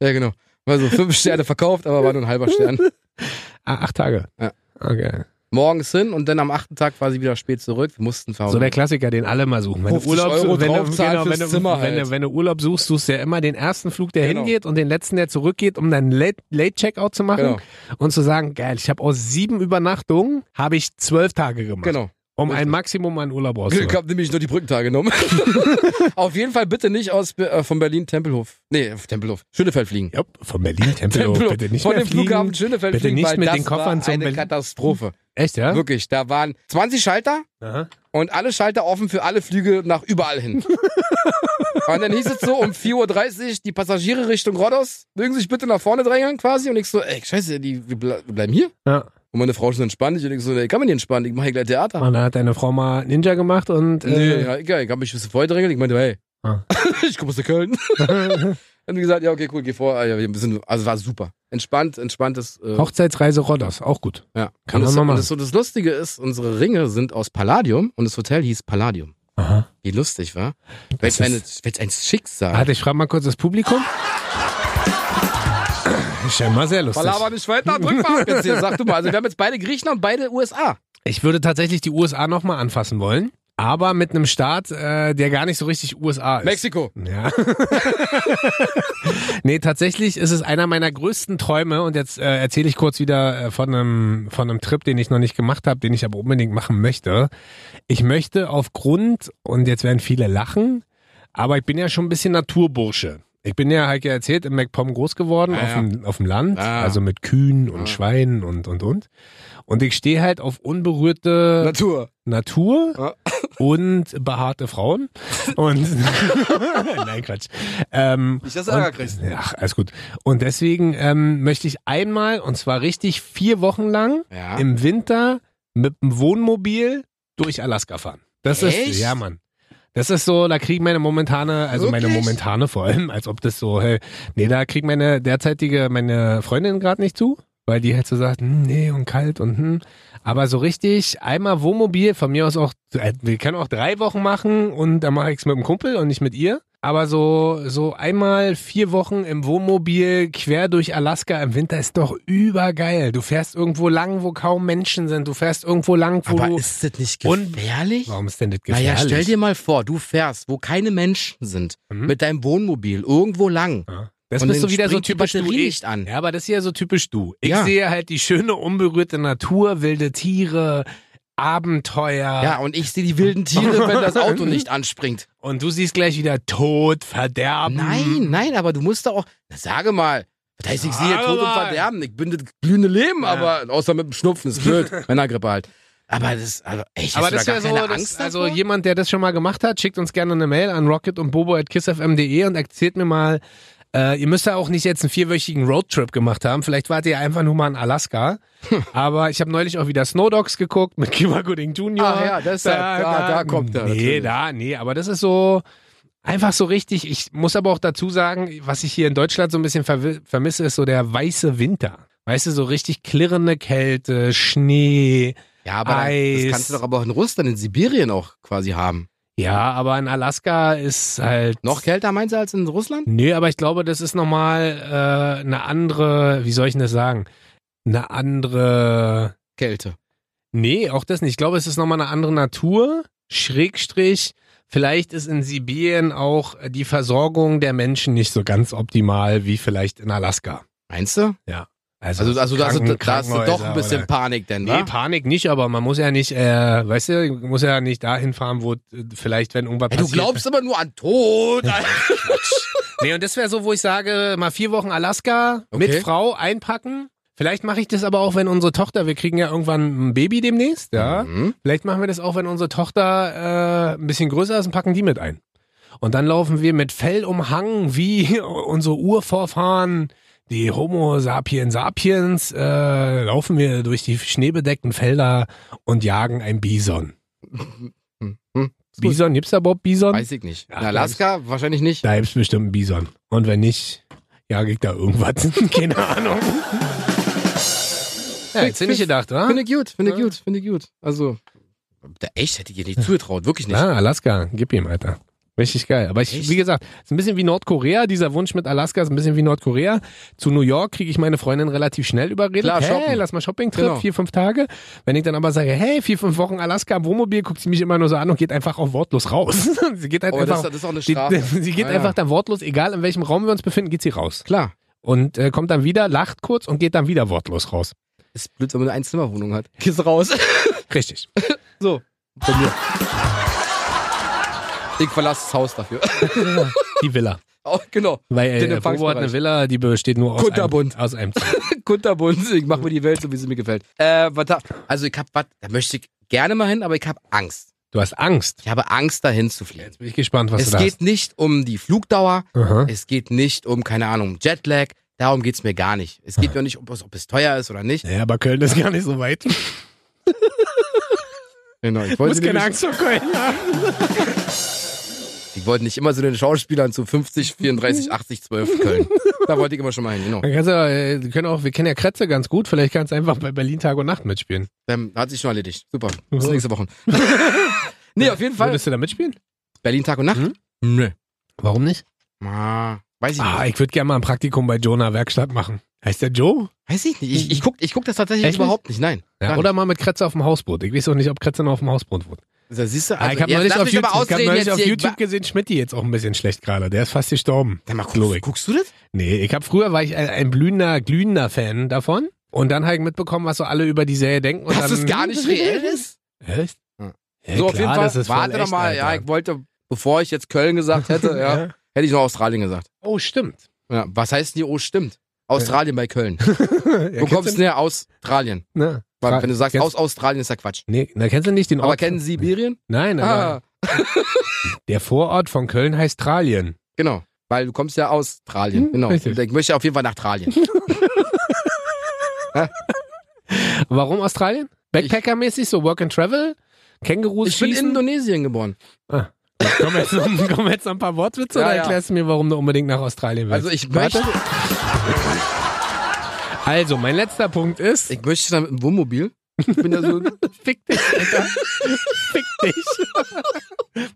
S1: Ja, genau. War so
S2: [LAUGHS]
S1: fünf Sterne verkauft, aber war nur ein halber Stern.
S2: Ah, acht Tage.
S1: Ja.
S2: Okay.
S1: Morgens hin und dann am achten Tag quasi wieder spät zurück. Wir mussten fahren.
S2: So der Klassiker, den alle mal suchen. Wenn
S1: 50 Euro
S2: wenn, du,
S1: draufzahlen
S2: genau, wenn,
S1: fürs
S2: du,
S1: Zimmer
S2: wenn, du,
S1: halt.
S2: wenn du Urlaub suchst, suchst du ja immer den ersten Flug, der
S1: Genau.
S2: hingeht und den letzten, der zurückgeht, um dann Late- Late-Checkout zu machen
S1: Genau.
S2: und zu sagen, geil, ich habe aus sieben Übernachtungen, habe ich zwölf Tage gemacht,
S1: genau.
S2: um
S1: Richtig.
S2: ein Maximum an Urlaub
S1: Glück
S2: rauszuholen.
S1: hab nämlich nur die Brückentage
S2: [LAUGHS]
S1: genommen. Auf jeden Fall bitte nicht aus Be- äh, von Berlin Tempelhof. Nee, Tempelhof. Schönefeld fliegen.
S2: Ja, von Berlin,
S1: [LAUGHS]
S2: Tempelhof,
S1: Tempelhof.
S2: bitte nicht
S1: von
S2: mehr
S1: dem
S2: fliegen.
S1: Flughafen Schönefeld
S2: Bitte
S1: fliegen,
S2: nicht
S1: weil
S2: mit
S1: das
S2: den Koffern
S1: war
S2: zum
S1: eine
S2: Berlin-
S1: Katastrophe.
S2: Echt, ja?
S1: Wirklich, da waren 20 Schalter
S2: Aha.
S1: und alle Schalter offen für alle Flüge nach überall
S2: [LAUGHS]
S1: hin. und dann hieß es so um 4.30 Uhr, die Passagiere Richtung Rhodos, mögen sich bitte nach vorne drängeln quasi. Und ich so, ey, scheiße, die, wir, ble wir bleiben hier.
S2: Ja.
S1: Und meine Frau schon entspannt. Ich und ich so, ey, kann man nicht entspannen, ich mache hier gleich Theater.
S2: Und da hat deine Frau mal Ninja gemacht und...
S1: Nee,
S2: Äh,
S1: ja, egal, ich hab mich ein bisschen vordrängelt. Ich meinte, hey,
S2: Ah.
S1: [LAUGHS] ich komme aus der Köln. Dann gesagt, ja, [LAUGHS] okay, cool, geh vor. Ah, Ja, wir haben ein bisschen, also war super. Entspannt, entspanntes. Äh,
S2: [LAUGHS] Hochzeitsreise Rodders, auch gut.
S1: ja.
S2: kann
S1: und
S2: man
S1: das,
S2: mal
S1: und
S2: machen.
S1: das, so das Lustige ist, unsere Ringe sind aus Palladium und das Hotel hieß Palladium.
S2: Aha.
S1: Wie lustig, war? Welch,
S2: ist- Ah,
S1: eine, welch ein Schicksal.
S2: Warte, ich frage mal kurz das Publikum. Scheinbar sehr lustig.
S1: Ballaber nicht weiter, drück mal ab jetzt hier. Sag du mal, also wir haben jetzt beide Griechen und beide USA.
S2: Ich würde tatsächlich die USA nochmal anfassen wollen. aber mit einem Staat, äh, der gar nicht so richtig USA ist.
S1: Mexiko.
S2: Ja. nee, tatsächlich ist es einer meiner größten Träume und jetzt äh, erzähle ich kurz wieder äh, von einem von einem Trip, den ich noch nicht gemacht habe, den ich aber unbedingt machen möchte. Ich möchte aufgrund und jetzt werden viele lachen, aber ich bin ja schon ein bisschen Naturbursche. Ich bin ja, halt ja erzählt, im MacPom groß geworden,
S1: Ah,
S2: auf,
S1: ja.
S2: Dem, auf dem Land,
S1: Ah.
S2: also mit Kühen und
S1: Ah.
S2: Schweinen und, und, und. Und ich stehe halt auf unberührte
S1: Natur.
S2: Natur
S1: Ja.
S2: und behaarte Frauen. Und [LAUGHS] nein, Quatsch. Ähm,
S1: Nicht, dass du Ärger
S2: und,
S1: kriegst.
S2: ach, alles gut. Und deswegen ähm, möchte ich einmal, und zwar richtig vier Wochen lang,
S1: Ja.
S2: im Winter mit dem Wohnmobil durch Alaska fahren. Das
S1: Echt?
S2: ist, ja, Mann. Das ist so, da kriegen meine momentane, also meine
S1: Wirklich?
S2: momentane vor allem, als ob das so, hey, nee, da kriegt meine derzeitige, meine Freundin gerade nicht zu, weil die halt so sagt, hm, nee, und kalt und hm. Aber so richtig, einmal Wohnmobil, von mir aus auch, äh, wir können auch drei Wochen machen und dann mache ich es mit dem Kumpel und nicht mit ihr. Aber so, so einmal vier Wochen im Wohnmobil quer durch Alaska im Winter ist doch übergeil. Du fährst irgendwo lang, wo kaum Menschen sind. Du fährst irgendwo lang, wo du.
S1: ist das nicht
S2: Und-
S1: gefährlich?
S2: Warum ist denn das gefährlich?
S1: Naja, stell dir mal vor, du fährst, wo keine Menschen sind,
S2: Mhm.
S1: mit deinem Wohnmobil irgendwo lang.
S2: Ja. Das
S1: Und
S2: bist
S1: dann
S2: du wieder so
S1: springt die
S2: typisch du. eh.
S1: Batterie
S2: Ich,
S1: nicht an.
S2: Ja, aber das ist ja so typisch du. Ich
S1: Ja.
S2: sehe halt die schöne, unberührte Natur, wilde Tiere, Abenteuer.
S1: Ja, und ich sehe die wilden Tiere, wenn das
S2: [LAUGHS]
S1: Auto nicht anspringt.
S2: Und du siehst gleich wieder Tod, Verderben.
S1: Nein, nein, aber du musst da auch. Na, sage mal. Das heißt, ich sehe
S2: Sage
S1: Tod und
S2: mal.
S1: Verderben. Ich bin das blühende Leben,
S2: Ja.
S1: aber außer mit dem Schnupfen, ist
S2: [LAUGHS]
S1: blöd. Männergrippe halt. Aber das, also, ey,
S2: Aber
S1: hast du
S2: das
S1: da gar
S2: wäre so,
S1: keine
S2: das,
S1: Angst
S2: also
S1: davor?
S2: jemand, der das schon mal gemacht hat, schickt uns gerne eine Mail an rocket und bobo at kissfm.de und erzählt mir mal, äh, ihr müsst ja auch nicht jetzt einen vierwöchigen Roadtrip gemacht haben. Vielleicht wart ihr einfach nur mal in
S1: [LAUGHS]
S2: Alaska. Aber ich habe neulich auch wieder Snow Dogs geguckt mit Cuba Gooding Jr.
S1: Ach ja, deshalb. Da- da kommt er
S2: Nee,
S1: natürlich.
S2: da, nee, aber das ist so. Einfach so richtig. Ich muss aber auch dazu sagen, was ich hier in Deutschland so ein bisschen verwi- vermisse, ist so der weiße Winter. Weißt du, so richtig klirrende Kälte, Schnee,
S1: Ja, aber dann, das
S2: Eis.
S1: kannst du doch aber auch in Russland, in Sibirien auch quasi haben.
S2: Ja, aber in Alaska ist halt.
S1: Noch kälter meinst du als in Russland?
S2: Nee, aber ich glaube, das ist nochmal äh, eine andere, wie soll ich denn das sagen? Eine andere.
S1: Kälte.
S2: Nee, auch das nicht. Ich glaube, es ist nochmal eine andere Natur. Schrägstrich. Vielleicht ist in Sibirien auch die Versorgung der Menschen nicht so ganz optimal wie vielleicht in Alaska.
S1: Meinst du?
S2: Also,
S1: Also, also da, hast du,
S2: Kranken-
S1: da hast du doch
S2: Krankenhäuser
S1: ein bisschen ne?
S2: oder-
S1: Panik, denn,
S2: Nee,
S1: wa?
S2: Panik nicht, aber man muss ja nicht, äh, weißt du, muss ja nicht dahin fahren, wo äh, vielleicht, wenn irgendwas
S1: Ey, du
S2: passiert.
S1: glaubst immer nur an Tod.
S2: Nee, und das wäre so, wo ich sage, mal vier Wochen Alaska
S1: Okay.
S2: mit Frau einpacken. Vielleicht mache ich das aber auch, wenn unsere Tochter, wir kriegen ja irgendwann ein Baby demnächst, ja.
S1: Mhm.
S2: Vielleicht machen wir das auch, wenn unsere Tochter äh, ein bisschen größer ist und packen die mit ein. Und dann laufen wir mit Fell umhangen wie [LAUGHS] unsere Urvorfahren, die Homo sapiens sapiens, äh, laufen wir durch die schneebedeckten Felder und jagen einen Bison.
S1: Hm, [LAUGHS] hm. gut.
S2: Bison, gibt's da überhaupt Bison?
S1: Weiß ich nicht.
S2: Ja,
S1: In Alaska wahrscheinlich nicht.
S2: Da gibt's bestimmt einen Bison. Und wenn nicht, jage ich da [LAUGHS] irgendwas. Keine Ahnung. Ja, hättest du nicht gedacht, oder?
S1: Finde ich gut, finde ich
S2: Ja.
S1: gut, finde ich gut. Also, da echt hätte ich dir nicht zugetraut, wirklich nicht.
S2: Ja, Ah, Alaska, gib ihm, Alter. Richtig geil. Aber ich,
S1: Echt?
S2: wie gesagt, ist ein bisschen wie Nordkorea. Dieser Wunsch mit Alaska ist ein bisschen wie Nordkorea. Zu New York kriege ich meine Freundin relativ schnell überredet.
S1: Klar,
S2: hey,
S1: shoppen.
S2: lass mal Shopping-Trip,
S1: Genau.
S2: vier, fünf Tage. Wenn ich dann aber sage, hey, vier, fünf Wochen Alaska im Wohnmobil, guckt sie mich immer nur so an und geht einfach auch wortlos raus. [LAUGHS] sie geht halt
S1: Aber das,
S2: einfach,
S1: das ist auch eine
S2: sie,
S1: Strafe.
S2: [LAUGHS] sie geht
S1: Ah, ja.
S2: einfach dann wortlos, egal in welchem Raum wir uns befinden, geht sie raus.
S1: Klar.
S2: und äh, kommt dann wieder, lacht kurz und geht dann wieder wortlos raus.
S1: Ist blöd, wenn man eine Einzimmerwohnung hat. Kiss raus.
S2: [LAUGHS] Richtig.
S1: so. Von mir. Ich verlasse das Haus dafür. [LAUGHS]
S2: Die Villa.
S1: Auch, genau.
S2: Weil
S1: Den
S2: äh, Bobo hat
S1: Empfangsbereich.
S2: eine Villa, die besteht nur aus einem,
S1: Kunterbunt.
S2: aus einem
S1: Kunterbunt. Ich mache mir die Welt so, wie sie mir gefällt. Äh, was da, also ich habe was, da möchte ich gerne mal hin, aber ich habe Angst.
S2: Du hast Angst.
S1: Ich habe Angst, dahin zu fliegen.
S2: Bin ich gespannt, was
S1: es
S2: du da
S1: geht nicht um die Flugdauer,
S2: hast. Aha.
S1: es geht nicht um, keine Ahnung, Jetlag, darum geht's mir gar nicht. Es geht mir nicht, ob es, ob es teuer ist oder nicht.
S2: Naja, aber Köln ist gar nicht
S1: [LAUGHS]
S2: so weit. Du
S1: Genau, ich
S2: musst
S1: wollte,
S2: keine
S1: nämlich,
S2: Angst vor Köln [LAUGHS] haben.
S1: ich wollte nicht immer zu den Schauspielern zu 50, 34, 80, 12 Köln. Da wollte ich immer schon mal hin, genau.
S2: Dann kannst du, äh, wir können auch, wir kennen ja Kretze ganz gut, vielleicht kannst du einfach bei Berlin Tag und Nacht mitspielen.
S1: Ähm, hat sich schon erledigt. Super. Bis nächste Woche. nee, auf jeden Fall.
S2: Würdest du da mitspielen?
S1: Berlin Tag und Nacht?
S2: Hm?
S1: Nee.
S2: Warum nicht?
S1: Ah, weiß ich
S2: Ah,
S1: nicht.
S2: ich würde gerne mal ein Praktikum bei Jonah Werkstatt machen. Heißt der Joe?
S1: Weiß ich nicht. Ich, ich guck, ich guck das tatsächlich
S2: Echt
S1: überhaupt nicht. Nein.
S2: Ja,
S1: Gar
S2: oder mal mit Kretze auf dem Hausboot. Ich weiß auch nicht, ob Kretze noch auf dem Hausboot wohnt.
S1: Da siehst du,
S2: Ah, ich habe
S1: jetzt Also
S2: neulich
S1: lass
S2: auf
S1: mich
S2: YouTube,
S1: aber
S2: ich hab
S1: ausreden
S2: neulich
S1: jetzt
S2: auf
S1: hier.
S2: YouTube gesehen, Schmidti jetzt auch ein bisschen schlecht gerade. Der ist fast gestorben.
S1: Ja, mal guckst,
S2: Glaube ich.
S1: guckst du das?
S2: Nee, ich habe früher war ich ein, ein blühender, glühender Fan davon. Und dann habe ich mitbekommen, was so alle über die Serie denken. Und
S1: Dass
S2: dann,
S1: es gar nicht reell ist?
S2: Echt?
S1: Ja.
S2: Ja,
S1: so, auf
S2: klar,
S1: jeden Fall.
S2: das ist voll
S1: Warte
S2: echt,
S1: doch mal. Ja,
S2: Alter.
S1: ich wollte, bevor ich jetzt Köln gesagt hätte, ja, hätte ich noch Australien gesagt.
S2: Oh, stimmt.
S1: Ja, was heißt denn hier, oh, stimmt. Australien bei Köln.
S2: ja,
S1: Wo kommst du denn her? Australien.
S2: ne?
S1: Weil,
S2: Fra-
S1: wenn du sagst,
S2: kennst-
S1: aus Australien ist ja Quatsch.
S2: Nee, na, kennst du nicht den Ort?
S1: Aber kennen Sie Sibirien?
S2: Nein, aber
S1: Ah,
S2: der Vorort von Köln heißt Tralien.
S1: genau. Weil du kommst ja aus Australien.
S2: Hm,
S1: Genau. Und
S2: richtig.
S1: Ich möchte auf jeden Fall nach Australien.
S2: Warum Australien? Backpacker-mäßig, so Work and Travel? Kängurus
S1: Ich bin in
S2: schießen?
S1: Indonesien geboren.
S2: Kommen jetzt, noch, kommen jetzt noch ein [LAUGHS] paar Wortwitze
S1: Ja,
S2: oder
S1: ja.
S2: erklärst du mir, warum du unbedingt nach Australien willst?
S1: Also ich
S2: Warte.
S1: möchte,
S2: Also, mein letzter Punkt ist.
S1: ich möchte dann mit dem Wohnmobil. Ich bin ja so,
S2: [LAUGHS] fick dich,
S1: [LAUGHS]
S2: Alter. fick dich.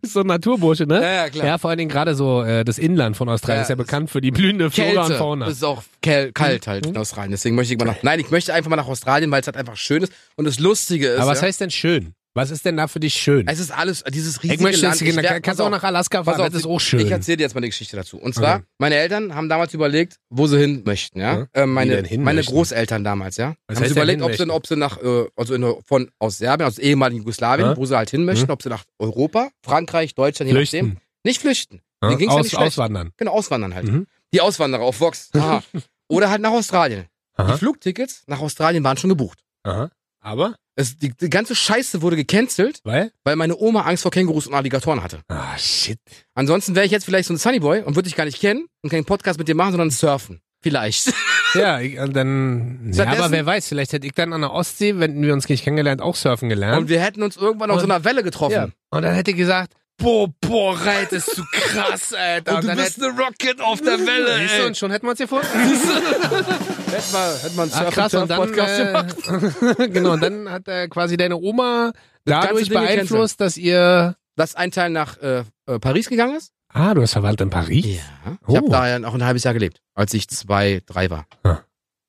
S2: Bist so ein Naturbursche, ne?
S1: ja, ja, klar.
S2: Ja, vor allen Dingen gerade so äh, das Inland von Australien
S1: Ja,
S2: ist ja
S1: das-
S2: bekannt für die blühende Flora und Fauna. Hm?
S1: Es ist auch kel- kalt halt in Australien. Deswegen möchte ich mal nach. Nein, ich möchte einfach mal nach Australien, weil es halt einfach schön ist. Und das Lustige ist.
S2: Aber was
S1: ja,
S2: heißt denn schön? Was ist denn da für dich schön?
S1: es ist alles, dieses
S2: ich
S1: riesige
S2: möchte jetzt,
S1: Land.
S2: ich
S1: wär-
S2: kannst
S1: pass
S2: auch
S1: auf,
S2: nach Alaska
S1: pass
S2: fahren,
S1: auf,
S2: das ist auch schön.
S1: Ich erzähle dir jetzt mal eine Geschichte dazu. Und zwar,
S2: Okay.
S1: meine Eltern haben damals überlegt, wo sie hin möchten, ja.
S2: Ja.
S1: Äh, meine,
S2: denn hin
S1: meine
S2: möchten?
S1: Großeltern damals, ja.
S2: Was
S1: haben sie
S2: heißt denn
S1: überlegt,
S2: hin
S1: ob sie,
S2: möchten?
S1: ob sie nach, äh, also in, von, aus Serbien, aus ehemaligen Jugoslawien,
S2: Ja. Mhm.
S1: wo sie halt hin möchten, ob sie nach Europa, Frankreich, Deutschland, je nachdem.
S2: Flüchten.
S1: Nicht flüchten.
S2: Ja?
S1: Denen ging's ja
S2: Aus,
S1: nicht schlecht.
S2: auswandern.
S1: Genau, auswandern halt.
S2: Mhm.
S1: Die Auswanderer auf
S2: [LAUGHS]
S1: Vox. Aha. Oder halt nach Australien.
S2: Aha.
S1: Die Flugtickets nach Australien waren schon gebucht.
S2: Aha. Aber?
S1: Es, die, die ganze Scheiße wurde gecancelt,
S2: Weil?
S1: weil meine Oma Angst vor Kängurus und Alligatoren hatte.
S2: Ah, shit.
S1: Ansonsten wäre ich jetzt vielleicht so ein Sunnyboy und würde dich gar nicht kennen und keinen Podcast mit dir machen, sondern surfen. Vielleicht.
S2: Ja, ich, äh, dann. Ja,
S1: Stattdessen-
S2: aber wer weiß, vielleicht hätte ich dann an der Ostsee, wenn wir uns nicht kennengelernt, auch surfen gelernt.
S1: [LAUGHS] Und wir hätten uns irgendwann auf so einer Welle getroffen.
S2: Ja. Und dann hätte ich gesagt, boah, boah, Reit, ist zu krass, Alter. Und, dann hätte,
S1: eine Rocket auf der
S2: Siehst du, und schon hätten wir
S1: [LAUGHS]
S2: uns gefunden.
S1: Hätten wir, hätten wir einen
S2: Ach, Ah, krass, und dann,
S1: Surf-Podcast gemacht.
S2: äh, [LAUGHS] genau, und dann hat äh, quasi deine Oma
S1: ganze
S2: dadurch
S1: Ding
S2: beeinflusst, dass ihr...
S1: Dass ein Teil nach äh, äh, Paris gegangen ist.
S2: Ah, du hast Verwandte in Paris?
S1: Ja.
S2: Oh.
S1: Ich habe da ja auch ein halbes Jahr gelebt, als ich zwei, drei war.
S2: Ah.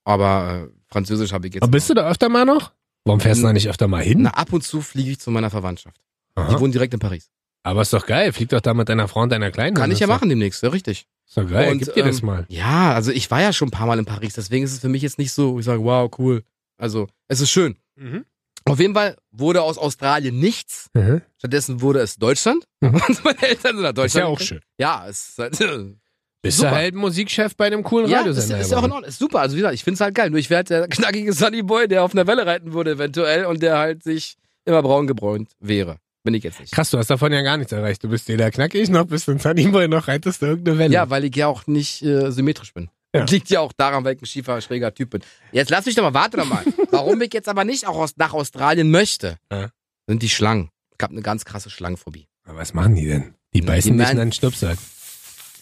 S1: Aber äh, Französisch habe ich jetzt.
S2: Und bist du da öfter mal noch? Warum fährst du da
S1: Hm.
S2: nicht öfter mal hin?
S1: Na, ab und zu fliege ich zu meiner Verwandtschaft. Die
S2: Aha.
S1: wohnen direkt in Paris.
S2: Aber ist doch geil, flieg doch da mit deiner Frau und deiner Kleinen.
S1: Kann
S2: hin.
S1: ich ja
S2: Ist doch-
S1: machen demnächst, ja, richtig.
S2: Ist doch geil,
S1: Und,
S2: gib dir das
S1: ähm,
S2: mal.
S1: Ja, also ich war ja schon ein paar Mal in Paris, deswegen ist es für mich jetzt nicht so, ich sage, wow, cool. Also, es ist schön.
S2: Mhm.
S1: Auf jeden Fall wurde aus Australien nichts.
S2: Mhm.
S1: Stattdessen wurde es Deutschland.
S2: Mhm.
S1: [LAUGHS] Und meine Eltern sind nach Deutschland.
S2: Ist ja auch
S1: gekommen.
S2: schön.
S1: Ja, es ist
S2: [LAUGHS]
S1: halt,
S2: Bist
S1: Super.
S2: du halt Musikchef bei einem coolen
S1: ja, ist,
S2: Radiosender.
S1: ist ja auch in Ordnung. Ist super. Also, wie gesagt, ich finde es halt geil. Nur ich wäre der knackige Sunny Boy, der auf einer Welle reiten würde, eventuell, und der halt sich immer braun gebräunt wäre. Bin ich jetzt nicht.
S2: Krass, du hast davon ja gar nichts erreicht. Du bist weder knackig noch bist ein Sunnyboy noch reitest du irgendeine Welle.
S1: Ja, weil ich ja auch nicht äh, symmetrisch bin.
S2: Ja.
S1: [LAUGHS] Liegt ja auch daran, weil ich ein schiefer, schräger Typ bin. Jetzt lass mich doch mal, warte doch
S2: [LAUGHS]
S1: mal. Warum ich jetzt aber nicht auch aus, nach Australien möchte,
S2: Ja.
S1: sind die Schlangen. Ich habe eine ganz krasse Schlangenphobie.
S2: Aber was machen die denn? Die beißen
S1: Die
S2: dich in
S1: meinen-
S2: deinen Schnupfsack.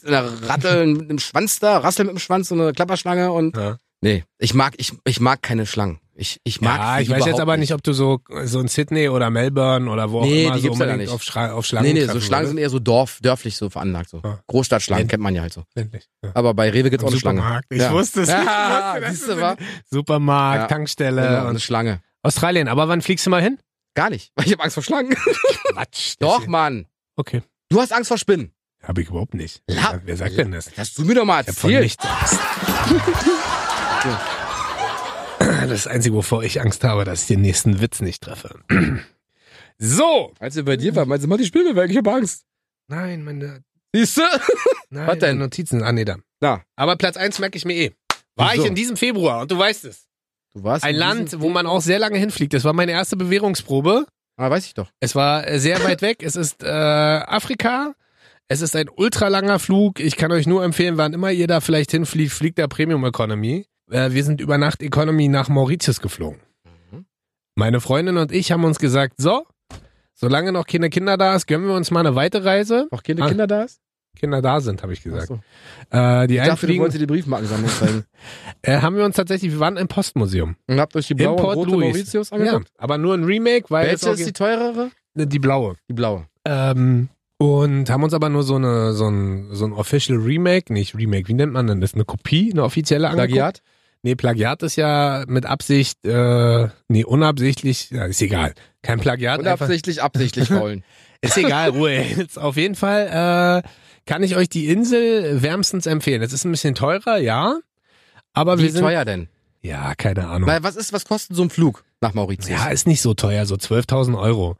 S1: Eine Ratte [LAUGHS] mit dem Schwanz da, Rassel mit dem Schwanz, so eine Klapperschlange und.
S2: Ja.
S1: Nee, ich mag, ich, ich mag keine Schlangen. Ich, ich mag
S2: ja,
S1: sie
S2: ich weiß jetzt
S1: überhaupt
S2: aber nicht, ob du so, so in Sydney oder Melbourne oder wo auch
S1: Nee,
S2: immer
S1: die
S2: so
S1: gibt's ja da
S2: unbedingt
S1: nicht.
S2: auf, Schra auf Schlangen
S1: Nee, nee, so
S2: treffen
S1: Schlangen sind
S2: würdest.
S1: eher so dorf, dörflich so veranlagt. so.
S2: Ja.
S1: Großstadtschlangen
S2: Ja.
S1: kennt man ja halt so.
S2: Endlich. Ja.
S1: Aber bei Rewe gibt's auch eine Schlange.
S2: Supermarkt. Ich
S1: Ja.
S2: wusste
S1: [LAUGHS]
S2: es.
S1: Ja,
S2: ich wusste, dass
S1: siehst
S2: es
S1: du, wa?
S2: in- Supermarkt,
S1: Ja.
S2: Tankstelle
S1: Genau, eine
S2: und
S1: Schlange.
S2: Australien. Aber wann fliegst du mal hin?
S1: Gar nicht, weil ich habe Angst vor
S2: [LAUGHS]
S1: Schlangen.
S2: Quatsch. das
S1: [LAUGHS] Doch,
S2: hier-
S1: Mann.
S2: Okay.
S1: Du hast Angst vor Spinnen.
S2: Habe ich überhaupt nicht.
S1: La-
S2: Wer sagt denn das? Ich
S1: Das hast du mir doch mal
S2: habe von
S1: erzählt.
S2: nichts Angst. [LAUGHS] Das ist das Einzige, wovor ich Angst habe, dass ich den nächsten Witz nicht treffe. [CLEARS THROAT] So.
S1: Als wir bei dir waren, meinst du, mach die Spinne weg, ich hab Angst.
S2: Nein, meine
S1: Siehst du?
S2: Nein,
S1: Was denn?
S2: meine Notizen. Ah, nee, da.
S1: Na.
S2: Aber Platz 1 merke ich mir eh. War
S1: Wieso?
S2: ich in diesem Februar und du weißt es.
S1: Du warst
S2: Ein
S1: in
S2: Land,
S1: diesem-
S2: wo man auch sehr lange hinfliegt. Das war meine erste Bewährungsprobe.
S1: Ah, weiß ich doch.
S2: Es war äh, sehr weit weg. Es ist äh, Afrika. Es ist ein ultralanger Flug. Ich kann euch nur empfehlen, wann immer ihr da vielleicht hinfliegt, fliegt da Premium Economy. Äh, wir sind über Nacht Economy nach Mauritius geflogen.
S1: Mhm.
S2: Meine Freundin und ich haben uns gesagt, so, solange noch keine Kinder da ist, gönnen wir uns mal eine weite Reise.
S1: Auch keine
S2: Ah,
S1: Kinder da ist?
S2: Kinder da sind, habe ich
S1: Ach
S2: gesagt.
S1: so.
S2: Äh, die
S1: Ich dachte, du
S2: einfliegen.
S1: wolltest dir die Briefmarkensammlung zeigen.
S2: Äh, haben wir uns tatsächlich, wir waren im Postmuseum.
S1: Und habt euch die blaue und
S2: Port
S1: rote
S2: Louis.
S1: Mauritius
S2: Ja,
S1: angeguckt?
S2: aber nur ein Remake, weil es
S1: Welche
S2: auch-
S1: ist die teurere?
S2: die, blaue.
S1: Die blaue.
S2: Ähm, und haben uns aber nur so, eine, so, ein, so ein Official Remake, nicht Remake, wie nennt man denn das? Eine Kopie, eine offizielle angeguckt?
S1: Plagiat?
S2: Nee, Plagiat ist ja mit Absicht, äh, nee, unabsichtlich, ja, ist egal. Kein Plagiat, einfach.
S1: Unabsichtlich, absichtlich
S2: [LAUGHS]
S1: faulen.
S2: Ist egal, Ruhe.
S1: [LAUGHS]
S2: Jetzt auf jeden Fall äh, kann ich euch die Insel wärmstens empfehlen. Es ist ein bisschen teurer, ja. Aber
S1: Wie
S2: wir sind.
S1: teuer denn?
S2: Ja, keine Ahnung.
S1: Weil was ist, was kostet so ein Flug nach Mauritius?
S2: Ja, ist nicht so teuer, so 12.000 Euro.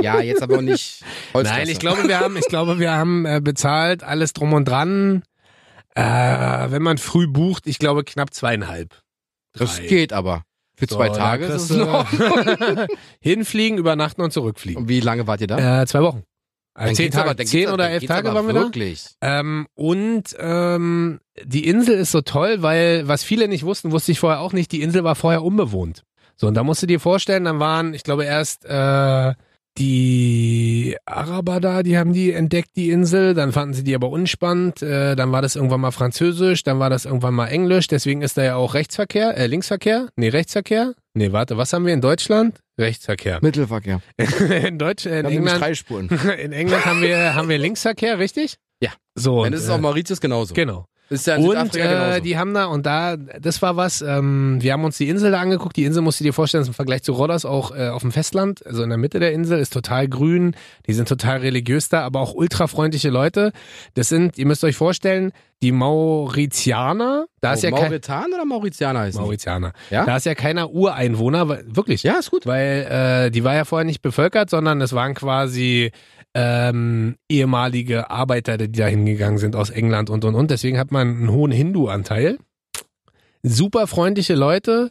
S1: Ja, jetzt aber
S2: [LAUGHS]
S1: nicht. Holzklasse.
S2: Nein, ich glaube, wir haben, ich glaube, wir haben äh, bezahlt alles drum und dran. Äh, wenn man früh bucht, ich glaube knapp zweieinhalb.
S1: Das
S2: Drei.
S1: geht aber. Für zwei
S2: So, da
S1: Tage ist
S2: kriegst
S1: es in Ordnung.
S2: du- [LAUGHS] Hinfliegen, übernachten und zurückfliegen.
S1: Und wie lange wart ihr da?
S2: Äh, zwei Wochen. Also
S1: Dann
S2: zehn
S1: geht's
S2: Tage,
S1: dann
S2: zehn
S1: geht's-
S2: oder
S1: dann
S2: elf
S1: geht's
S2: Tage
S1: aber
S2: waren wir da.
S1: Wirklich.
S2: Ähm, und ähm, die Insel ist so toll, weil was viele nicht wussten, wusste ich vorher auch nicht, die Insel war vorher unbewohnt. So, und da musst du dir vorstellen, dann waren, ich glaube, erst äh, die Araber da, die haben die entdeckt, die Insel, dann fanden sie die aber unspannend, äh, dann war das irgendwann mal Französisch, dann war das irgendwann mal Englisch, deswegen ist da ja auch Rechtsverkehr, äh, Linksverkehr, nee, Rechtsverkehr, nee, warte, was haben wir in Deutschland? Rechtsverkehr. [LAUGHS]
S1: Mittelverkehr.
S2: in Deutsch, äh, in
S1: Dann nämlich
S2: England,
S1: drei Spuren.
S2: in England haben wir, haben wir Linksverkehr, richtig?
S1: Ja.
S2: So.
S1: Dann
S2: und,
S1: ist es auf
S2: äh,
S1: Mauritius genauso.
S2: Genau.
S1: Ist ja in
S2: Und
S1: Südafrika genauso.
S2: äh, die haben da, und da, das war was, ähm, wir haben uns die Insel da angeguckt. Die Insel musst du dir vorstellen, ist im Vergleich zu Rodders auch äh, auf dem Festland, also in der Mitte der Insel, ist total grün. Die sind total religiös da, aber auch ultrafreundliche Leute. Das sind, ihr müsst euch vorstellen, die Mauritianer, da ist
S1: oh,
S2: ja kein.
S1: Mauritan oder Mauritianer heißt
S2: Mauritianer.
S1: Ja?
S2: Da ist ja keiner Ureinwohner, weil, wirklich.
S1: Ja, ist gut.
S2: Weil äh, die war ja vorher nicht bevölkert, sondern es waren quasi ähm, ehemalige Arbeiter, die da hingegangen sind aus England und und und. Deswegen hat man einen hohen Hindu-Anteil. Super freundliche Leute.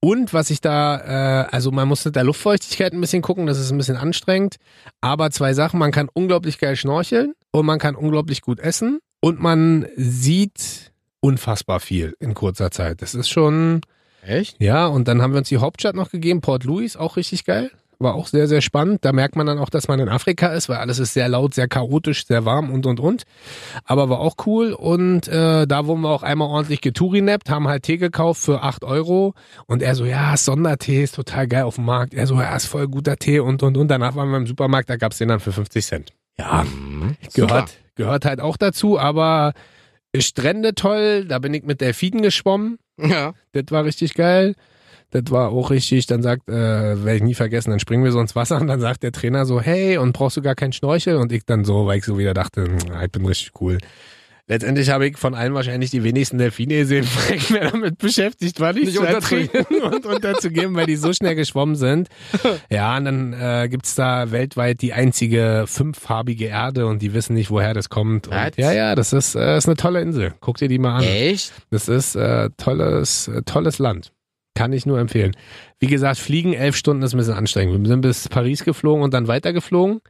S2: Und was ich da, äh, also man muss mit der Luftfeuchtigkeit ein bisschen gucken, das ist ein bisschen anstrengend. Aber zwei Sachen, man kann unglaublich geil schnorcheln und man kann unglaublich gut essen. Und man sieht unfassbar viel in kurzer Zeit. Das ist schon,
S1: Echt?
S2: ja, und dann haben wir uns die Hauptstadt noch gegeben, Port Louis, auch richtig geil. War auch sehr, sehr spannend. Da merkt man dann auch, dass man in Afrika ist, weil alles ist sehr laut, sehr chaotisch, sehr warm und, und, und. Aber war auch cool. Und äh, da wurden wir auch einmal ordentlich getourinapt, haben halt Tee gekauft für 8 Euro. Und er so, ja, Sondertee ist total geil auf dem Markt. Er so, ja, ist voll guter Tee und, und, und. Danach waren wir im Supermarkt, da gab's den dann für 50 Cent. Ja,
S1: Mhm.
S2: gehört, gehört halt auch dazu. Aber Strände toll, da bin ich mit Delfinen geschwommen.
S1: Super. Ja.
S2: Das war richtig geil. Das war auch richtig. Dann sagt, äh, werde ich nie vergessen, dann springen wir so ins Wasser und dann sagt der Trainer so, hey, und brauchst du gar keinen Schnorchel? Und ich dann so, weil ich so wieder dachte, "Na, ich bin richtig cool. Letztendlich habe ich von allen wahrscheinlich die wenigsten Delfine gesehen, [LAUGHS] weil ich mir damit beschäftigt war, nicht,
S1: Nicht
S2: zu
S1: unterzugeben.
S2: ertrinken und unterzugeben, weil die so schnell geschwommen sind. Ja, und dann äh, gibt's da weltweit die einzige fünffarbige Erde und die wissen nicht, woher das kommt. Und,
S1: Was?
S2: ja, ja, das ist, äh, ist eine tolle Insel. Guck dir die mal an.
S1: Echt?
S2: Das ist äh, tolles, äh, tolles Land. Kann ich nur empfehlen. Wie gesagt, fliegen elf Stunden ist ein bisschen anstrengend. Wir sind bis Paris geflogen und dann weitergeflogen.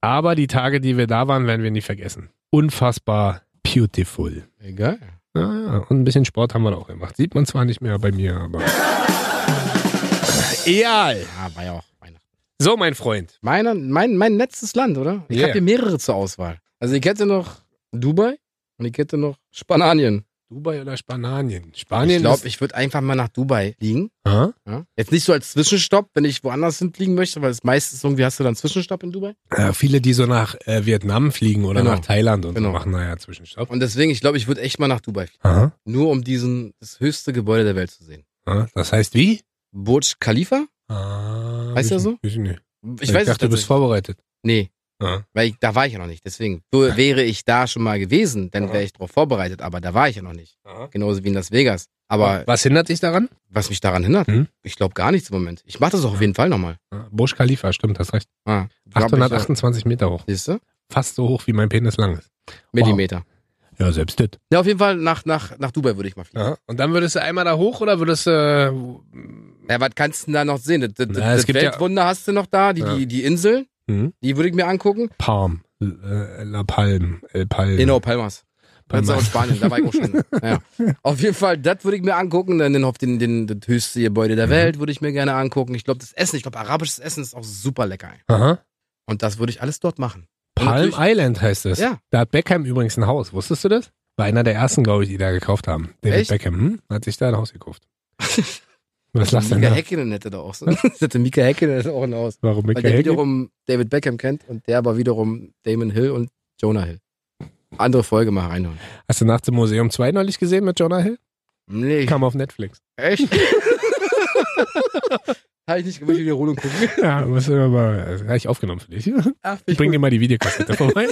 S2: Aber die Tage, die wir da waren, werden wir nie vergessen. Unfassbar beautiful.
S1: Egal.
S2: Ja, ja. Und ein bisschen Sport haben wir da auch gemacht. Sieht man zwar nicht mehr bei mir, aber. Äh, Egal.
S1: Ja, war ja auch Weihnachten.
S2: So, mein Freund.
S1: Meine, mein, mein letztes Land, oder? Ich
S2: Yeah.
S1: hab hier mehrere zur Auswahl. Also ich hätte noch Dubai und ich hätte noch Spanien.
S2: Dubai oder Spanien? Spanien
S1: Ich glaube,
S2: ist.
S1: ich würde einfach mal nach Dubai fliegen.
S2: Ha?
S1: Ja? Jetzt nicht so als Zwischenstopp, wenn ich woanders hinfliegen möchte, weil es meistens irgendwie hast du dann Zwischenstopp in Dubai.
S2: Äh, viele, die so nach äh, Vietnam fliegen oder
S1: Genau.
S2: nach Thailand und
S1: Genau.
S2: so machen, naja, Zwischenstopp.
S1: Und deswegen, ich glaube, ich würde echt mal nach Dubai fliegen.
S2: Aha.
S1: Nur um diesen, das höchste Gebäude der Welt zu sehen.
S2: Ja, Das heißt wie?
S1: Burj Khalifa?
S2: Ah,
S1: Weißt du
S2: wissen-
S1: so?
S2: wissen nicht.
S1: Ich Ah. weiß es
S2: dachte, du bist
S1: tatsächlich.
S2: vorbereitet.
S1: Nee,
S2: Ja.
S1: weil ich, da war ich ja noch nicht. Deswegen so, wäre ich da schon mal gewesen, dann wäre ich darauf vorbereitet. Aber da war ich ja noch nicht. Genauso wie in Las Vegas. Aber
S2: Ah. Was hindert dich daran?
S1: was mich daran hindert,
S2: Hm?
S1: ich glaube gar nichts im Moment. Ich mache das auch auf jeden Fall nochmal.
S2: Ah. Burj Khalifa, stimmt, hast recht.
S1: Ah, glaub ich,
S2: 828 Meter hoch.
S1: ja. Siehst du?
S2: Fast so hoch, wie mein Penis lang ist.
S1: Millimeter.
S2: Ja, selbst das.
S1: Ja, auf jeden Fall nach, nach, nach Dubai würde ich mal fliegen. Ja.
S2: Und dann würdest du einmal da hoch oder würdest du... Äh,
S1: was kannst du denn da noch sehen? Das, das,
S2: Na, es
S1: das
S2: gibt ja-
S1: Weltwunder hast du noch da, die,
S2: Ja.
S1: die, die Insel,
S2: hm?
S1: die würde ich mir angucken.
S2: Palm. L- äh, La Palm. El Palm.
S1: Genau, Palmas.
S2: Palm.
S1: Palmas. Das ist auch in Spanien, da war ich auch
S2: [LAUGHS]
S1: schon. Ja. Auf jeden Fall, das würde ich mir angucken. Dann den, den, den, das höchste Gebäude der
S2: Mhm.
S1: Welt würde ich mir gerne angucken. Ich glaube, das Essen, ich glaube, arabisches Essen ist auch super lecker. ey.
S2: Aha.
S1: Und das würde ich alles dort machen. Und
S2: Palm
S1: natürlich-
S2: Island heißt es.
S1: Ja.
S2: Da hat Beckham übrigens ein Haus. Wusstest du das? War einer der ersten, glaube ich, die da gekauft haben. David
S1: Echt?
S2: Beckham hm? hat sich da ein
S1: [LAUGHS]
S2: Haus gekauft. Was lachst du denn
S1: Mika
S2: da?
S1: Häkkinen hätte da auch so. [LAUGHS] Das hätte Mika Häkkinen hätte auch ein Haus.
S2: Warum
S1: Weil
S2: Mick
S1: der
S2: Hackett?
S1: wiederum David Beckham kennt und der aber wiederum Damon Hill und Jonah Hill. Andere Folge mal reinhauen.
S2: Hast du nachts im Museum 2 neulich gesehen mit Jonah Hill?
S1: [LAUGHS] Nee, ich,
S2: Kam auf Netflix.
S1: echt? Habe ich nicht gewollt, die Wiederholung gucken.
S2: Ja, musst du mal, das habe ich aufgenommen für dich.
S1: Ach,
S2: Ich bring dir mal die Videokassette vorbei.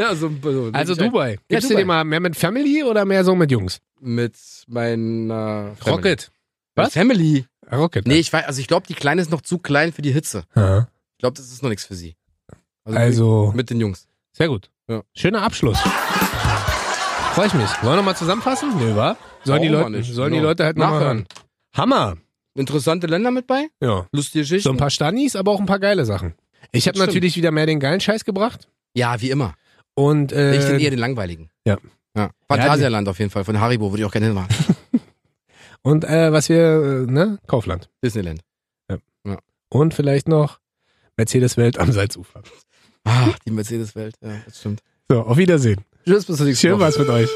S1: ja, so, so,
S2: [LAUGHS] Also Dubai. Gibst du
S1: Dubai.
S2: dir mal mehr mit Family oder mehr so mit Jungs?
S1: halt Mit meiner. Family.
S2: Rocket.
S1: Was?
S2: Was?
S1: Family.
S2: Rocket.
S1: Nee, ich weiß, also ich glaube, die Kleine ist noch zu klein für die Hitze.
S2: Ja.
S1: Ich glaube, das ist noch nichts für sie.
S2: Also,
S1: Mit den Jungs.
S2: sehr gut.
S1: Ja.
S2: Schöner Abschluss. Freue ich mich. Wollen wir nochmal zusammenfassen? Nö, wa? Sollen, die
S1: Brauchen wir
S2: Leute,
S1: nicht.
S2: sollen die
S1: Genau.
S2: Leute halt nochmal hören.
S1: Nachhören.
S2: Hammer.
S1: Interessante Länder mit bei?
S2: Ja.
S1: Lustige
S2: So
S1: Geschichten?
S2: ein paar Stannis, aber auch ein paar geile Sachen. Ich habe
S1: Stimmt.
S2: natürlich wieder mehr den geilen Scheiß gebracht.
S1: ja, wie immer.
S2: Und äh,
S1: ich finde eher den langweiligen.
S2: ja.
S1: ja. Phantasialand auf jeden Fall. Von Haribo würde ich auch gerne hinmachen.
S2: [LAUGHS] Und äh, was wir, äh, ne? Kaufland.
S1: Disneyland.
S2: Und vielleicht noch Mercedes-Welt am Salzufer.
S1: Ah, die Mercedes-Welt. Ja, das stimmt.
S2: So, auf Wiedersehen.
S1: Tschüss, bis zur nächsten
S2: Schön war's mit euch.